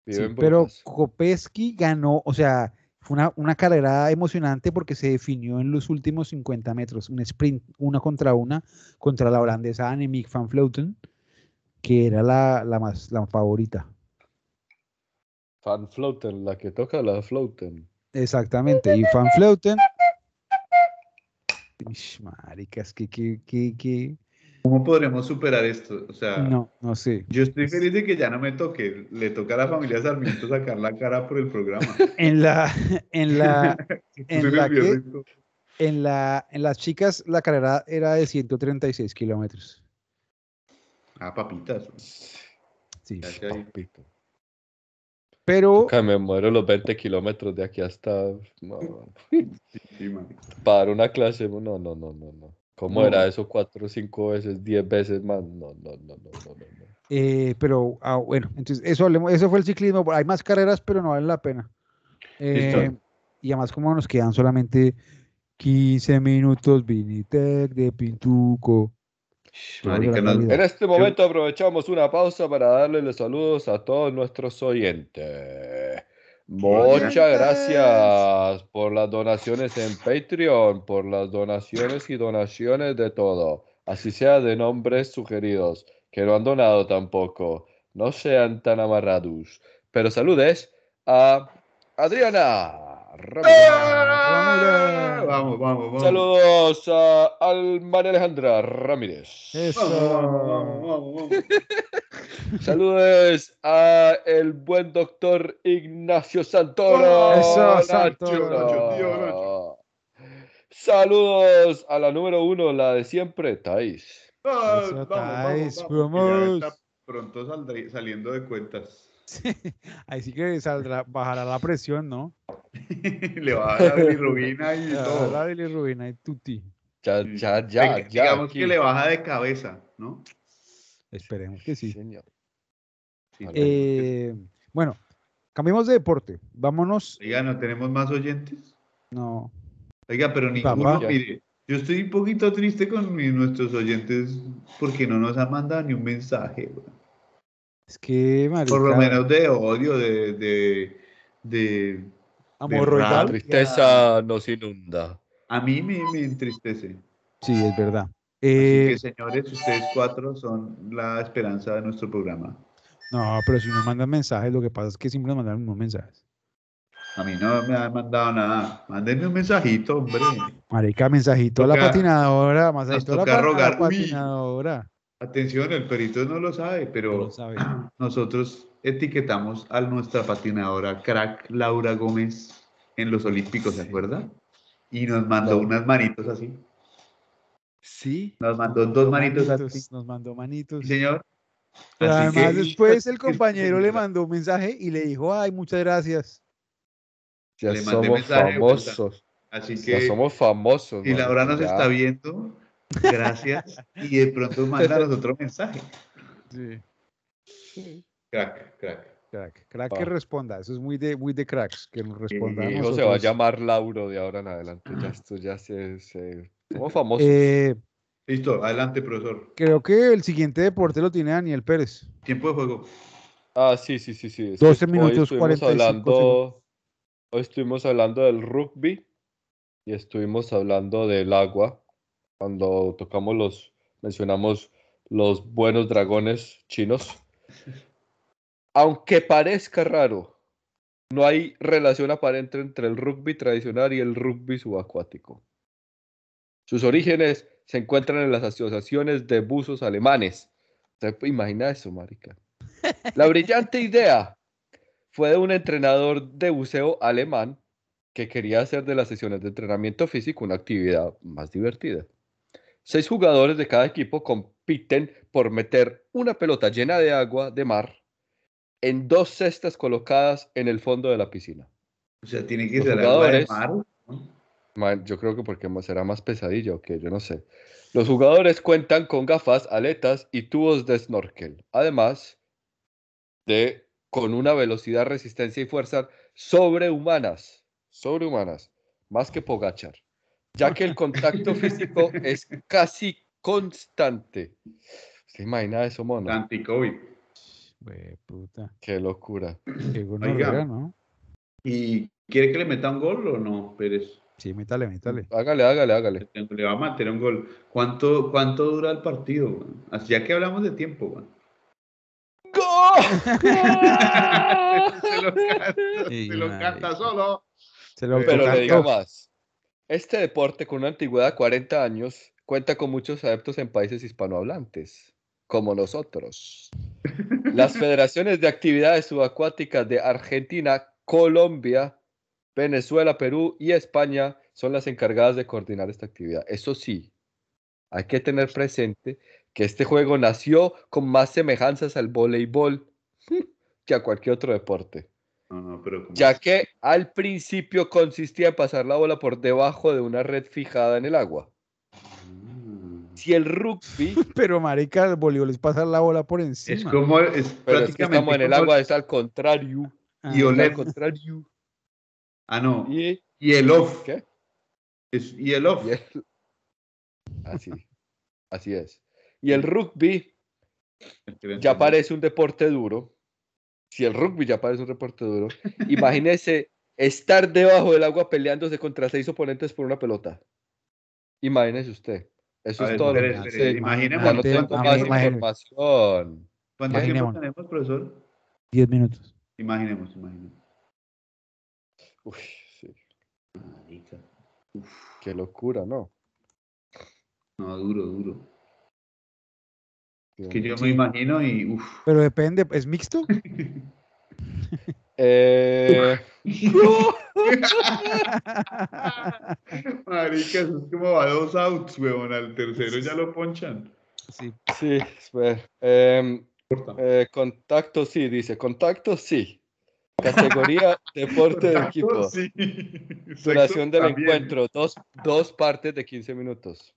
S1: sí,
S4: Viven
S1: pero
S4: brujas.
S1: Kopeski ganó, o sea, fue una, una carrera emocionante porque se definió en los últimos 50 metros, un sprint, una contra una, contra la holandesa Annemiek van Vleuten, que era la, la más la favorita.
S4: Fan Floaten, la que toca la Floaten.
S1: Exactamente, y Van Vleuten. Ish, maricas, que, que, que, que-
S2: ¿Cómo podremos superar esto? O sea,
S1: No, no sé.
S2: yo estoy feliz de que ya no me toque. Le toca a la familia Sarmiento sacar la cara por el programa.
S1: En la, [laughs] en la,
S2: Estoy
S1: en la que-
S2: nervioso.
S1: En, la, en las chicas la carrera era de 136 kilómetros.
S2: Ah, papitas.
S1: Sí.
S2: Ya que hay-
S4: Papito.
S1: Pero
S4: Nunca me muero los 20 kilómetros de aquí hasta. no,
S2: sí, man.
S4: para dar una clase. No, no, no, no, no. ¿Cómo
S2: No.
S4: era eso? ¿Cuatro, cinco veces, diez veces más? No, no, no, no, no, no. no.
S1: Eh, pero, ah, bueno, entonces eso, hablemos- eso fue el ciclismo. Hay más carreras, pero no vale la pena.
S2: Listo.
S1: Eh, y además, como nos quedan solamente 15 minutos, Vinitec de Pintuco.
S2: Marica, nos-
S1: calidad.
S4: En este momento aprovechamos una pausa para darle los saludos a todos nuestros oyentes. Muchas
S2: Oyentes.
S4: gracias por las donaciones en Patreon, por las donaciones y donaciones de todo, así sea de nombres sugeridos, que no han donado tampoco. No sean tan amarrados. Pero saludes a Adriana. Ramírez.
S2: Ah, Vamos, vamos, vamos.
S4: Saludos a, al María Alejandra Ramírez.
S1: Eso.
S2: Vamos, vamos, vamos, vamos, vamos.
S4: Saludos a el buen doctor Ignacio Santoro.
S1: Oh, Eso,
S4: Nacho.
S1: Santoro.
S2: Nacho, tío, Nacho.
S4: Saludos a la número uno, la de siempre, Thais.
S2: Ah,
S1: Eso,
S2: vamos, vamos,
S1: Thais,
S2: vamos, que ya
S1: vamos.
S2: está Pronto saldré- saliendo de cuentas.
S1: Ahí sí que saldrá, bajará la presión, ¿no?
S2: Le va a dar bilirrubina y
S1: Bajará La
S2: todo.
S1: bilirrubina y tutti.
S4: Ya,
S2: Sí.
S4: ya, ya.
S2: Diga-
S4: ya,
S2: Digamos
S4: aquí.
S2: que le baja de cabeza, ¿no?
S1: Esperemos que sí.
S4: Señor.
S2: Sí,
S4: Eh,
S2: tenemos que-
S1: Eh, bueno, cambiemos de deporte. Vámonos.
S2: Oiga, ¿no tenemos más oyentes?
S1: No.
S2: Oiga, pero
S1: Papá.
S2: ninguno, mire, yo estoy un poquito triste con mi- nuestros oyentes porque no nos han mandado ni un mensaje, güey.
S1: Es que,
S2: por lo
S1: marica,
S2: menos de odio, de, de, de-
S1: amorroidal.
S4: La
S2: rabia.
S4: tristeza nos inunda.
S2: A mí me, me entristece.
S1: Sí, es verdad.
S2: Así
S1: Eh,
S2: que, señores, ustedes cuatro son la esperanza de nuestro programa.
S1: No, pero si nos mandan mensajes, lo que pasa es que siempre nos mandan unos mensajes.
S2: A mí no me han mandado nada. Mándenme un mensajito, hombre.
S1: Marica, mensajito a la
S2: Toca-
S1: patinadora, mensajito a la,
S2: toca
S1: pa- a la
S2: rogar, uy.
S1: patinadora.
S2: Atención, el perito no lo sabe, pero
S1: No lo sabe. [clears throat]
S2: nosotros etiquetamos a nuestra patinadora crack Laura Gómez en los Olímpicos, ¿se acuerda? Y nos mandó
S4: Claro.
S2: unas manitos así.
S4: Sí.
S2: Nos mandó dos manitos así.
S1: Manitos, Nos mandó manitos.
S2: Sí, señor.
S1: Pero
S2: Así
S1: además,
S2: [laughs] que-
S1: después el compañero le
S2: señora.
S1: mandó un mensaje y le dijo, ay, muchas gracias.
S4: Ya
S2: Le mandé
S4: somos
S2: mensaje,
S4: famosos.
S2: Así
S4: Ya
S2: que
S4: somos famosos.
S2: si Laura nos
S4: marica, ya.
S2: está viendo, gracias. y de pronto mándanos otro mensaje.
S1: Sí.
S2: Crack, crack.
S1: Crack, crack que
S4: Ah.
S1: responda. Eso es muy de, muy de cracks, que nos responda. a
S4: Mi hijo se va a
S1: nosotros.
S4: llamar Lauro de ahora en adelante.
S1: Ah.
S4: Ya esto ya se. se... Somos famosos.
S1: Eh,
S2: Listo, adelante, profesor.
S1: creo que el siguiente deporte lo tiene Daniel Pérez.
S2: Tiempo de juego.
S4: Ah, sí, sí, sí, sí. es
S1: 12
S4: que
S1: minutos, 45
S4: hablando, hoy estuvimos hablando del rugby y estuvimos hablando del agua. Cuando tocamos los, mencionamos los buenos dragones chinos. Aunque parezca raro, no hay relación aparente entre el rugby tradicional y el rugby subacuático. Sus orígenes se encuentran en las asociaciones de buzos alemanes. ¿Te imagina eso, marica? La brillante idea fue de un entrenador de buceo alemán que quería hacer de las sesiones de entrenamiento físico una actividad más divertida. Seis jugadores de cada equipo compiten por meter una pelota llena de agua de mar en dos cestas colocadas en el fondo de la piscina.
S2: O sea, tiene que
S4: Los
S2: ser agua de
S4: jugadores.
S2: mar.
S4: Ma- Yo creo que porque ma- será más pesadillo que yo no sé. Los jugadores cuentan con gafas, aletas y tubos de snorkel. Además de con una velocidad, resistencia y fuerza sobrehumanas, sobrehumanas, más que Pogachar, ya que el
S2: [laughs]
S4: contacto físico es casi constante. ¿Se imagina eso, mono?
S2: Anti-COVID.
S1: Güey, puta.
S4: Qué locura.
S1: Qué gonorrea, ¿no?
S2: ¿Y quiere que le meta un gol o no, Pérez?
S1: Sí, métale, métale.
S4: Hágale, hágale, hágale.
S2: Le va a meter un gol. ¿Cuánto, cuánto dura el partido? weón? Así ya que hablamos de tiempo, weón. [laughs] Se lo canta,
S1: Sí,
S2: [laughs] se lo
S1: marica.
S2: canta solo.
S1: Se lo
S4: Pero le digo
S1: autocantó.
S4: más. Este deporte con una antigüedad de 40 años cuenta con muchos adeptos en países hispanohablantes, como nosotros. Las federaciones de actividades subacuáticas de Argentina, Colombia, Venezuela, Perú y España son las encargadas de coordinar esta actividad. Eso sí, hay que tener presente que este juego nació con más semejanzas al voleibol [laughs] que a cualquier otro deporte
S2: No, no, pero como-
S4: ya que al principio consistía en pasar la bola por debajo de una red fijada en el agua.
S2: Ah.
S4: Si el rugby,
S2: [laughs]
S1: Pero marica, el voleibol es pasar la bola por
S2: Es
S1: encima.
S2: como es
S4: pero es que
S2: prácticamente
S4: estamos en el
S2: como-
S4: agua, es al contrario.
S1: Ah,
S2: y
S4: es al
S2: Oler.
S4: contrario.
S2: Ah, no.
S4: Y,
S2: Y el off.
S4: ¿Qué?
S2: Es, y el off.
S4: y el- así, así es. Y el rugby ya parece un deporte duro. Si el rugby ya parece un deporte duro, imagínese estar debajo del agua peleándose contra seis oponentes por una pelota. Imagínese usted. Eso
S2: A
S4: es
S2: ver,
S4: todo. lo
S2: Pérez,
S4: que
S2: Pérez,
S4: hace.
S2: imaginemos
S4: Ya no
S1: Antes-
S4: tengo
S2: eh, cuánto,
S4: más
S1: imagínate.
S4: información.
S2: cuánto tiempo
S1: imaginemos.
S2: tenemos, profesor.
S1: 10 minutos.
S2: Imaginemos, imaginemos.
S4: Uy, sí,
S2: Marica.
S4: qué locura, ¿no?
S2: No, duro, duro.
S4: Dios
S2: Es que
S4: mío.
S2: yo me imagino y uff. [laughs]
S1: Pero depende, ¿es mixto?
S4: Eh,
S2: Marica, eso es como a dos outs, weón. Al tercero ya lo ponchan.
S1: sí.
S4: sí, espera. Em,
S2: Corta.
S4: eh, contacto sí, dice. Contacto sí.
S2: [laughs]
S4: Categoría deporte de
S2: Contacto, [laughs]
S4: equipo.
S2: sí.
S4: Duración
S2: Sexo
S4: del
S2: también.
S4: encuentro. Dos, dos partes de 15 minutos.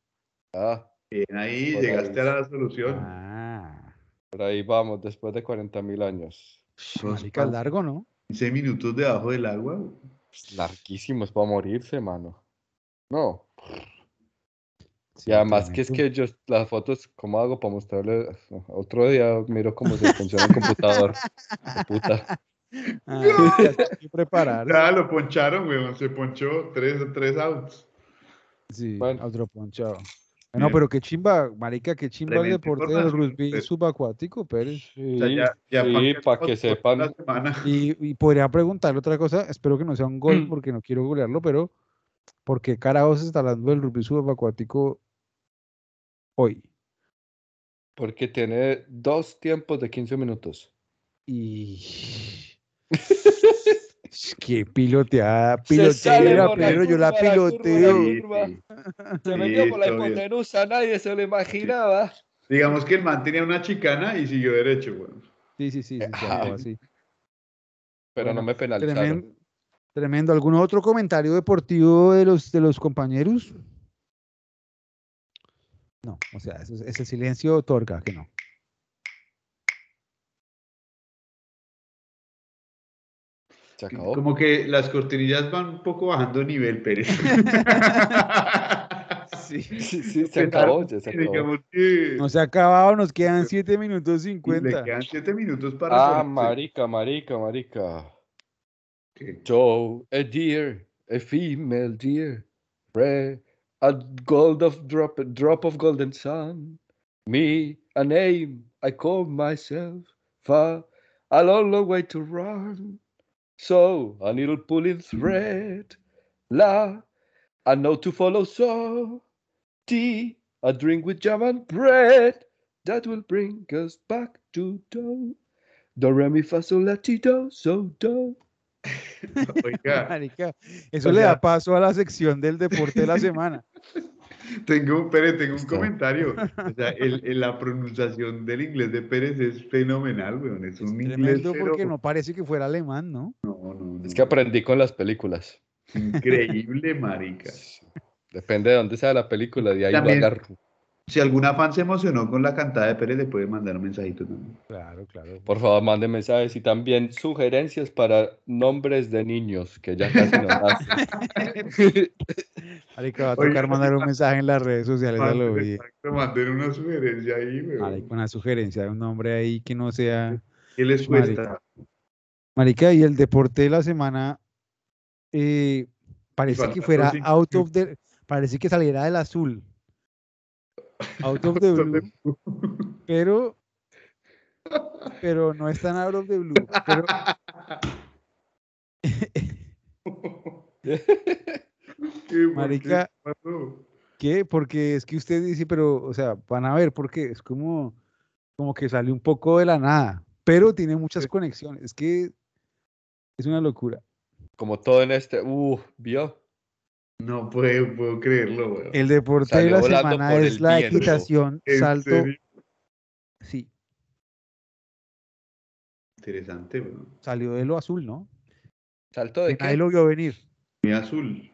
S4: Ah,
S2: Bien, ahí
S4: Por
S2: llegaste a
S4: ahí.
S2: la solución.
S1: Ah.
S4: por ahí vamos, después de 40 mil años.
S1: Marica, es largo, ¿no?
S2: 15 minutos debajo del agua. weón.
S4: Pues, Larguísimos para morirse, mano. No.
S1: Sí,
S4: Y además que es
S1: tremendo.
S4: que yo las fotos, ¿cómo hago para mostrarle? Ah, Otro día miro cómo se funciona el computador. Hijo de puta.
S1: Ah, ya está
S4: [laughs]
S1: aquí preparar.
S2: Ya lo poncharon, weón. Se ponchó tres, tres outs.
S1: Sí,
S4: Bueno.
S1: otro ponchado. No,
S2: Bien. pues.
S1: pero qué chimba, marica, qué chimba el
S2: Tremenda
S1: deporte del
S2: información,
S1: rugby
S2: Pérez.
S1: subacuático, Pérez.
S4: Sí,
S2: O sea, ya- ya
S4: sí,
S2: pasamos
S4: para que
S2: por
S4: sepan.
S2: la semana.
S1: Y, y podría preguntarle otra cosa, espero que no sea un
S2: Mm.
S1: gol porque no quiero googlearlo, pero ¿por qué carajos se está hablando del rugby subacuático hoy?
S4: Porque tiene dos tiempos de 15 minutos.
S1: [laughs] Y... Es que piloteada,
S4: Se sale
S1: piloteada,
S4: por la
S1: pero yo la
S4: curva, la curva, la
S1: piloteo.
S4: curva. curva. Se metió por la
S2: todo bien.
S4: hipotenusa, nadie se lo imaginaba.
S2: Digamos que el man tenía una chicana y siguió derecho, weón.
S1: Sí, sí, sí, sí, sí, algo
S4: Ah,
S1: así.
S4: Pero
S1: Bueno,
S4: no me penalizaron.
S1: Tremen- Tremendo. ¿Algún otro comentario deportivo de los, de los compañeros? No, o sea, ese, ese silencio otorga que no.
S4: Se acabó.
S2: Como que las cortinillas van un poco bajando nivel, [laughs] Pérez.
S4: [laughs] Sí, sí, se acabó, ya se acabó.
S2: Digamos que
S1: No se ha acabado, nos quedan 7 minutos
S2: le
S1: 50.
S2: quedan siete minutos para.
S4: Ah,
S2: ponerse.
S4: marica, marica, marica.
S2: ¿Qué?
S4: Joe, a deer, a female deer, Re, a gold of drop, a drop of golden sun. Me, a name I call myself, far, a long, long way to run. So, a needle pulling thread, la, a note to follow, so, tea, a drink with jam and bread, that will bring us back to do. Do, re, mi, fa, sol, la, ti, do, so, do.
S1: [laughs]
S2: Oiga,
S1: Marica, eso
S2: O
S1: le da
S2: sea-
S1: paso a la sección del deporte de la
S4: [laughs]
S1: semana.
S2: tengo un, Pérez, tengo un
S4: Está.
S1: [laughs]
S2: comentario. O sea, el- el- la pronunciación del inglés de Pérez es fenomenal, weón. Es, un inglés.
S1: Tremendo
S2: pero-
S1: porque no parece que fuera alemán, ¿no?
S2: no, no,
S4: Es
S2: no.
S4: que aprendí con las películas. [laughs]
S2: Increíble, marica.
S4: Depende de dónde sea la película, de ahí lo
S2: También.
S4: agarro.
S2: Si alguna fan se emocionó con la cantada de Pérez, le puede mandar un mensajito también.
S1: Claro, claro.
S4: Por favor, manden mensajes y también sugerencias para nombres de niños, que ya
S1: [laughs]
S4: casi no nacen.
S1: Marica, va a tocar
S2: Oye,
S1: mandar un mensaje en las redes sociales a Pues lo bien.
S2: Exacto, manden una sugerencia ahí, weón.
S1: Marica, una sugerencia de un nombre ahí que no sea.
S2: ¿Qué les
S1: Marica. Marica, y el deporte de la semana eh, parece que
S2: Faltan
S1: fuera
S2: los cinco.
S1: out of the. Parece que saliera del azul. Out of the blue. [laughs] pero pero no es tan out of the [laughs] blue pero
S2: ¿Qué, por
S1: Marica.
S2: qué pasó?
S1: qué porque es que usted dice pero o sea van a ver porque es como como que sale un poco de la nada pero tiene muchas conexiones es que es una locura
S4: Como todo en este. Uh, vio.
S2: No puedo, puedo creerlo, weón.
S1: el deporte
S4: Salió
S1: de la
S4: volando
S1: semana
S4: por
S1: es
S4: el
S1: la
S4: viento.
S1: equitación
S2: ¿En
S1: salto
S2: serio?
S1: sí
S2: Interesante, weón.
S1: salió de lo azul no
S4: Salto de
S1: Que nadie
S4: qué?
S1: lo vio venir
S2: Muy azul.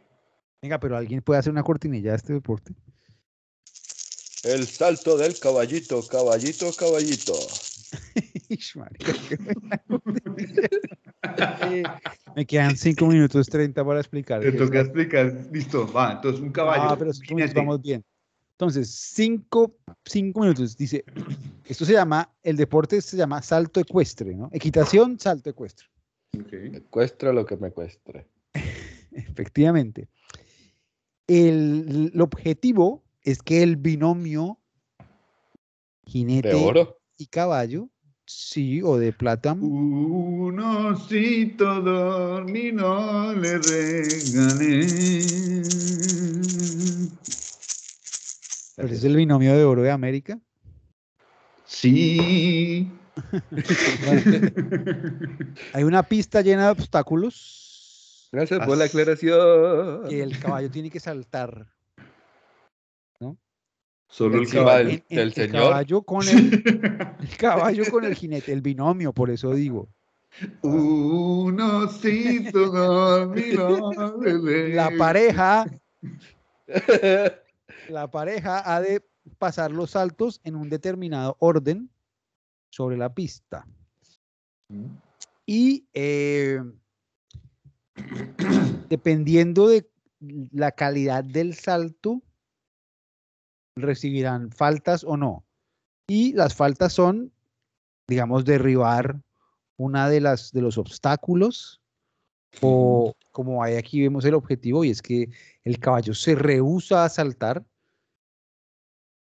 S1: venga pero alguien puede hacer una cortinilla a este deporte [laughs]
S4: El salto del caballito, caballito, caballito.
S1: Ish, marica, qué buena [laughs]
S4: [laughs]
S1: cortinilla. Eh, Me quedan 5 minutos 30 para explicar.
S2: Te
S1: qué
S2: toca
S1: es la-
S2: explicar. Listo, va. Entonces, un caballo.
S1: Ah, pero es que
S2: jinete.
S1: vamos bien. Entonces, cinco, cinco minutos. Dice, esto se llama, el deporte se llama salto ecuestre, ¿no? Equitación, salto ecuestre.
S2: Ok.
S4: Me cuestre lo que me cuestre.
S1: Efectivamente. El, el objetivo es que el binomio jinete
S4: De oro.
S1: y caballo, sí, o de plata,
S2: Un osito dormino le regalé.
S1: pero es el binomio de oro de América.
S2: Sí. [laughs]
S4: [laughs]
S1: Bueno, hay una pista llena de obstáculos
S4: Gracias
S2: por la
S4: aclaración.
S1: que el caballo tiene que saltar.
S2: Solo el
S4: Encima
S2: caballo.
S4: del- del
S1: el
S4: señor.
S1: caballo con el,
S2: [laughs]
S1: el caballo con el jinete, el binomio, por eso digo.
S2: Un osito dormino le regalé.
S1: La pareja, eh,
S4: [laughs]
S1: la pareja ha de pasar los saltos en un determinado orden sobre la pista.
S2: Mm.
S1: Y eh, [clears throat] dependiendo de la calidad del salto, recibirán faltas o no. Y las faltas son, digamos, derribar una de las de los obstáculos o como hay aquí vemos el objetivo y es que el caballo se rehúsa a saltar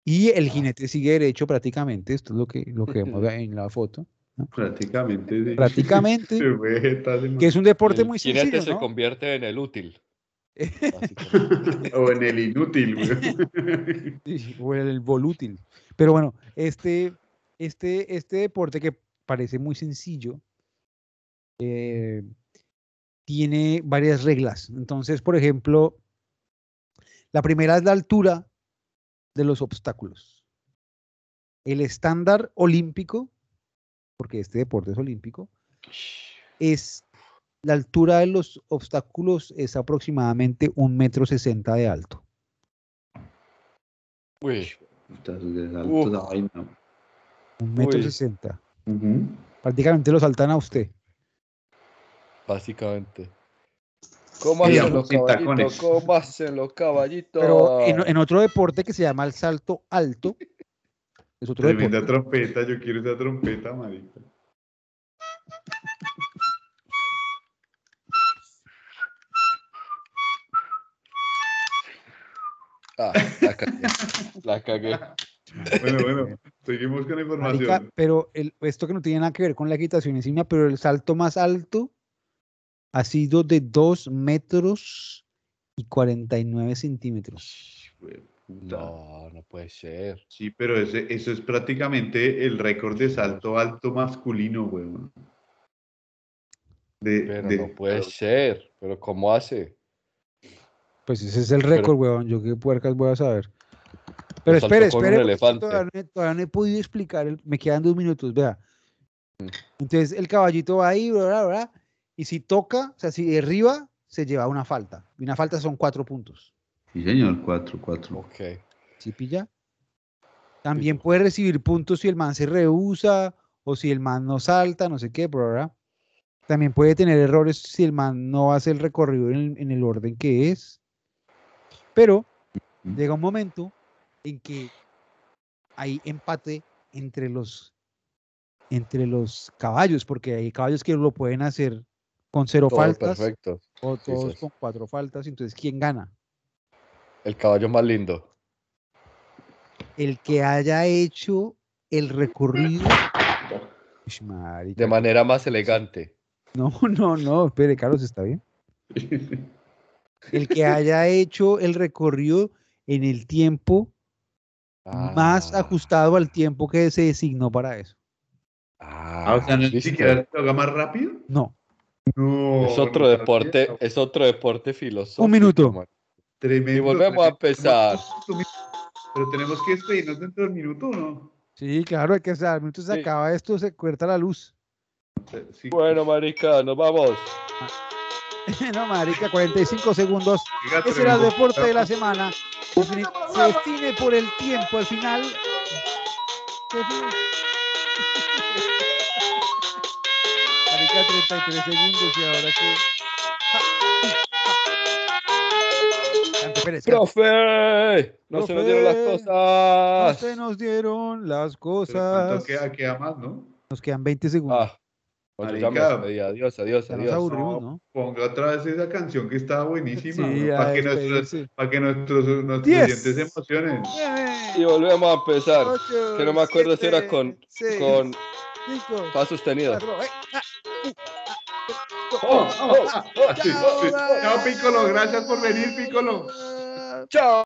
S1: y
S4: Ah.
S1: el jinete sigue derecho prácticamente, esto es lo que lo que
S4: [laughs]
S1: vemos en la foto,
S2: Prácticamente. sí.
S1: prácticamente
S2: Se ve, está de
S1: que es un deporte
S4: El
S1: muy
S4: jinete
S1: sencillo,
S4: se
S1: ¿no?
S4: convierte en el útil.
S2: [laughs]
S4: básicamente.
S2: O en el inútil, [laughs] güey.
S1: Sí, O el volútil. Pero bueno, este, este, este deporte que parece muy sencillo, eh, tiene varias reglas. Entonces, por ejemplo, la primera es la altura de los obstáculos. El estándar olímpico, porque este deporte es olímpico, es la altura de los obstáculos es aproximadamente un metro sesenta de alto.
S4: Uy,
S2: Puta, se le saltó
S4: Uf.
S2: esa vaina.
S1: Un metro
S4: Uy.
S1: sesenta.
S2: Ujú.
S1: Prácticamente lo saltan a usted.
S4: básicamente. ¿Cómo
S2: Y
S4: hacen
S2: aún
S4: los
S2: sin
S4: caballitos?
S2: tacones.
S4: ¿Cómo hacen los caballitos?
S1: Pero en, en otro deporte que se llama el salto alto, es otro
S2: Tremenda
S1: deporte.
S2: trompeta, yo quiero esa trompeta, marica.
S4: Ah, la cagué.
S2: [laughs]
S4: La cagué.
S2: Bueno, [laughs] bueno, seguimos con la
S1: Marica,
S2: información.
S1: pero el- esto que no tiene nada que ver con la equitación encima, pero el salto más alto ha sido de 2 metros y 49 centímetros.
S2: Güey, puta.
S4: No, no puede ser.
S2: Sí, pero ese, eso es prácticamente el récord de salto alto masculino, güey. De,
S4: Pero
S2: de-
S4: no puede ser. Pero ¿cómo hace?
S1: Pues ese es el
S4: Pero-
S1: récord, weón. Yo qué puercas voy a saber. Pero
S4: salto
S1: espere,
S4: con un
S1: espere. porque es que
S4: elefante.
S1: Todavía, no he- todavía no he podido explicar. el- me quedan dos minutos, vea.
S4: Mm.
S1: Entonces el caballito va ahí, bla, bla, bla, y si toca, o sea, si derriba, se lleva una falta. Y una falta son cuatro puntos.
S2: Sí, señor, 4, 4.
S4: Ok.
S1: ¿Sí pilla? También puede recibir puntos si el man se rehúsa o si el man no salta, no sé qué, pero ahora también puede tener errores si el man no hace el recorrido en el, en el orden que es. Pero llega un momento en que hay empate entre los entre los caballos, porque hay caballos que lo pueden hacer con cero
S4: Todo
S1: faltas
S4: perfecto.
S1: o
S4: sí,
S1: todos
S4: sí.
S1: con cuatro faltas, entonces ¿quién gana?
S4: El caballo más lindo.
S1: El que haya hecho el recorrido Ush, marica,
S4: De manera más elegante.
S1: No, [laughs] no, no, espere, Carlos, está bien. El que haya hecho el recorrido en el tiempo más
S4: Ah,
S1: ajustado al tiempo que se designó para eso.
S4: Ah,
S2: Ah, o sea, no es
S4: listo.
S2: siquiera se haga más rápido.
S1: No,
S2: No.
S4: Es otro
S2: no,
S4: deporte,
S2: no.
S4: es otro deporte filosófico.
S1: Un minuto.
S4: man.
S2: Tremendo.
S4: Y volvemos a empezar.
S2: Pero tenemos que despedirnos dentro del minuto, ¿no?
S1: sí, claro, hay que saber, minutos se
S4: Sí.
S1: acaba esto, se corta la luz. [laughs]
S2: Sí.
S4: Bueno, marica, nos vamos.
S1: no, marica, 45 segundos.
S2: Oiga,
S1: Ese era el
S2: tremendo.
S1: deporte de la semana. Se define- se define por el tiempo al final. Se define- Marica, 33 segundos y ahora sí. Ja, ja. Canto Pérez, canto.
S4: ¡Profe! ¡No se nos dieron las
S1: Profe. No se
S4: cosas!
S1: nos dieron las
S2: Pero ¿cuánto
S1: cosas.
S2: queda, queda más, ¿no?
S1: Nos quedan 20 segundos.
S4: Ah, bueno, ya me
S2: Marica.
S4: despedí. Adiós, adiós,
S1: ya nos
S4: adiós.
S1: aburrimos, ¿no?
S2: Ponga otra vez esa canción que está buenísima.
S1: Sí,
S2: ¿no?
S1: a
S2: Para que, nuestros,
S1: despedirse.
S2: para que nuestros, nuestros
S1: Diez.
S2: oyentes se emocionen.
S4: Y volvemos a empezar.
S1: Ocho,
S4: que no me acuerdo si era
S1: siete,
S4: con-
S1: seis,
S4: Con
S1: cinco,
S4: fa sostenido.
S1: cuatro, eh, ah, uh, ah,
S2: Oh, oh, oh,
S1: Chao,
S2: Chao, Piccolo. Gracias por venir, Piccolo.
S1: ah.
S4: ¡Chao!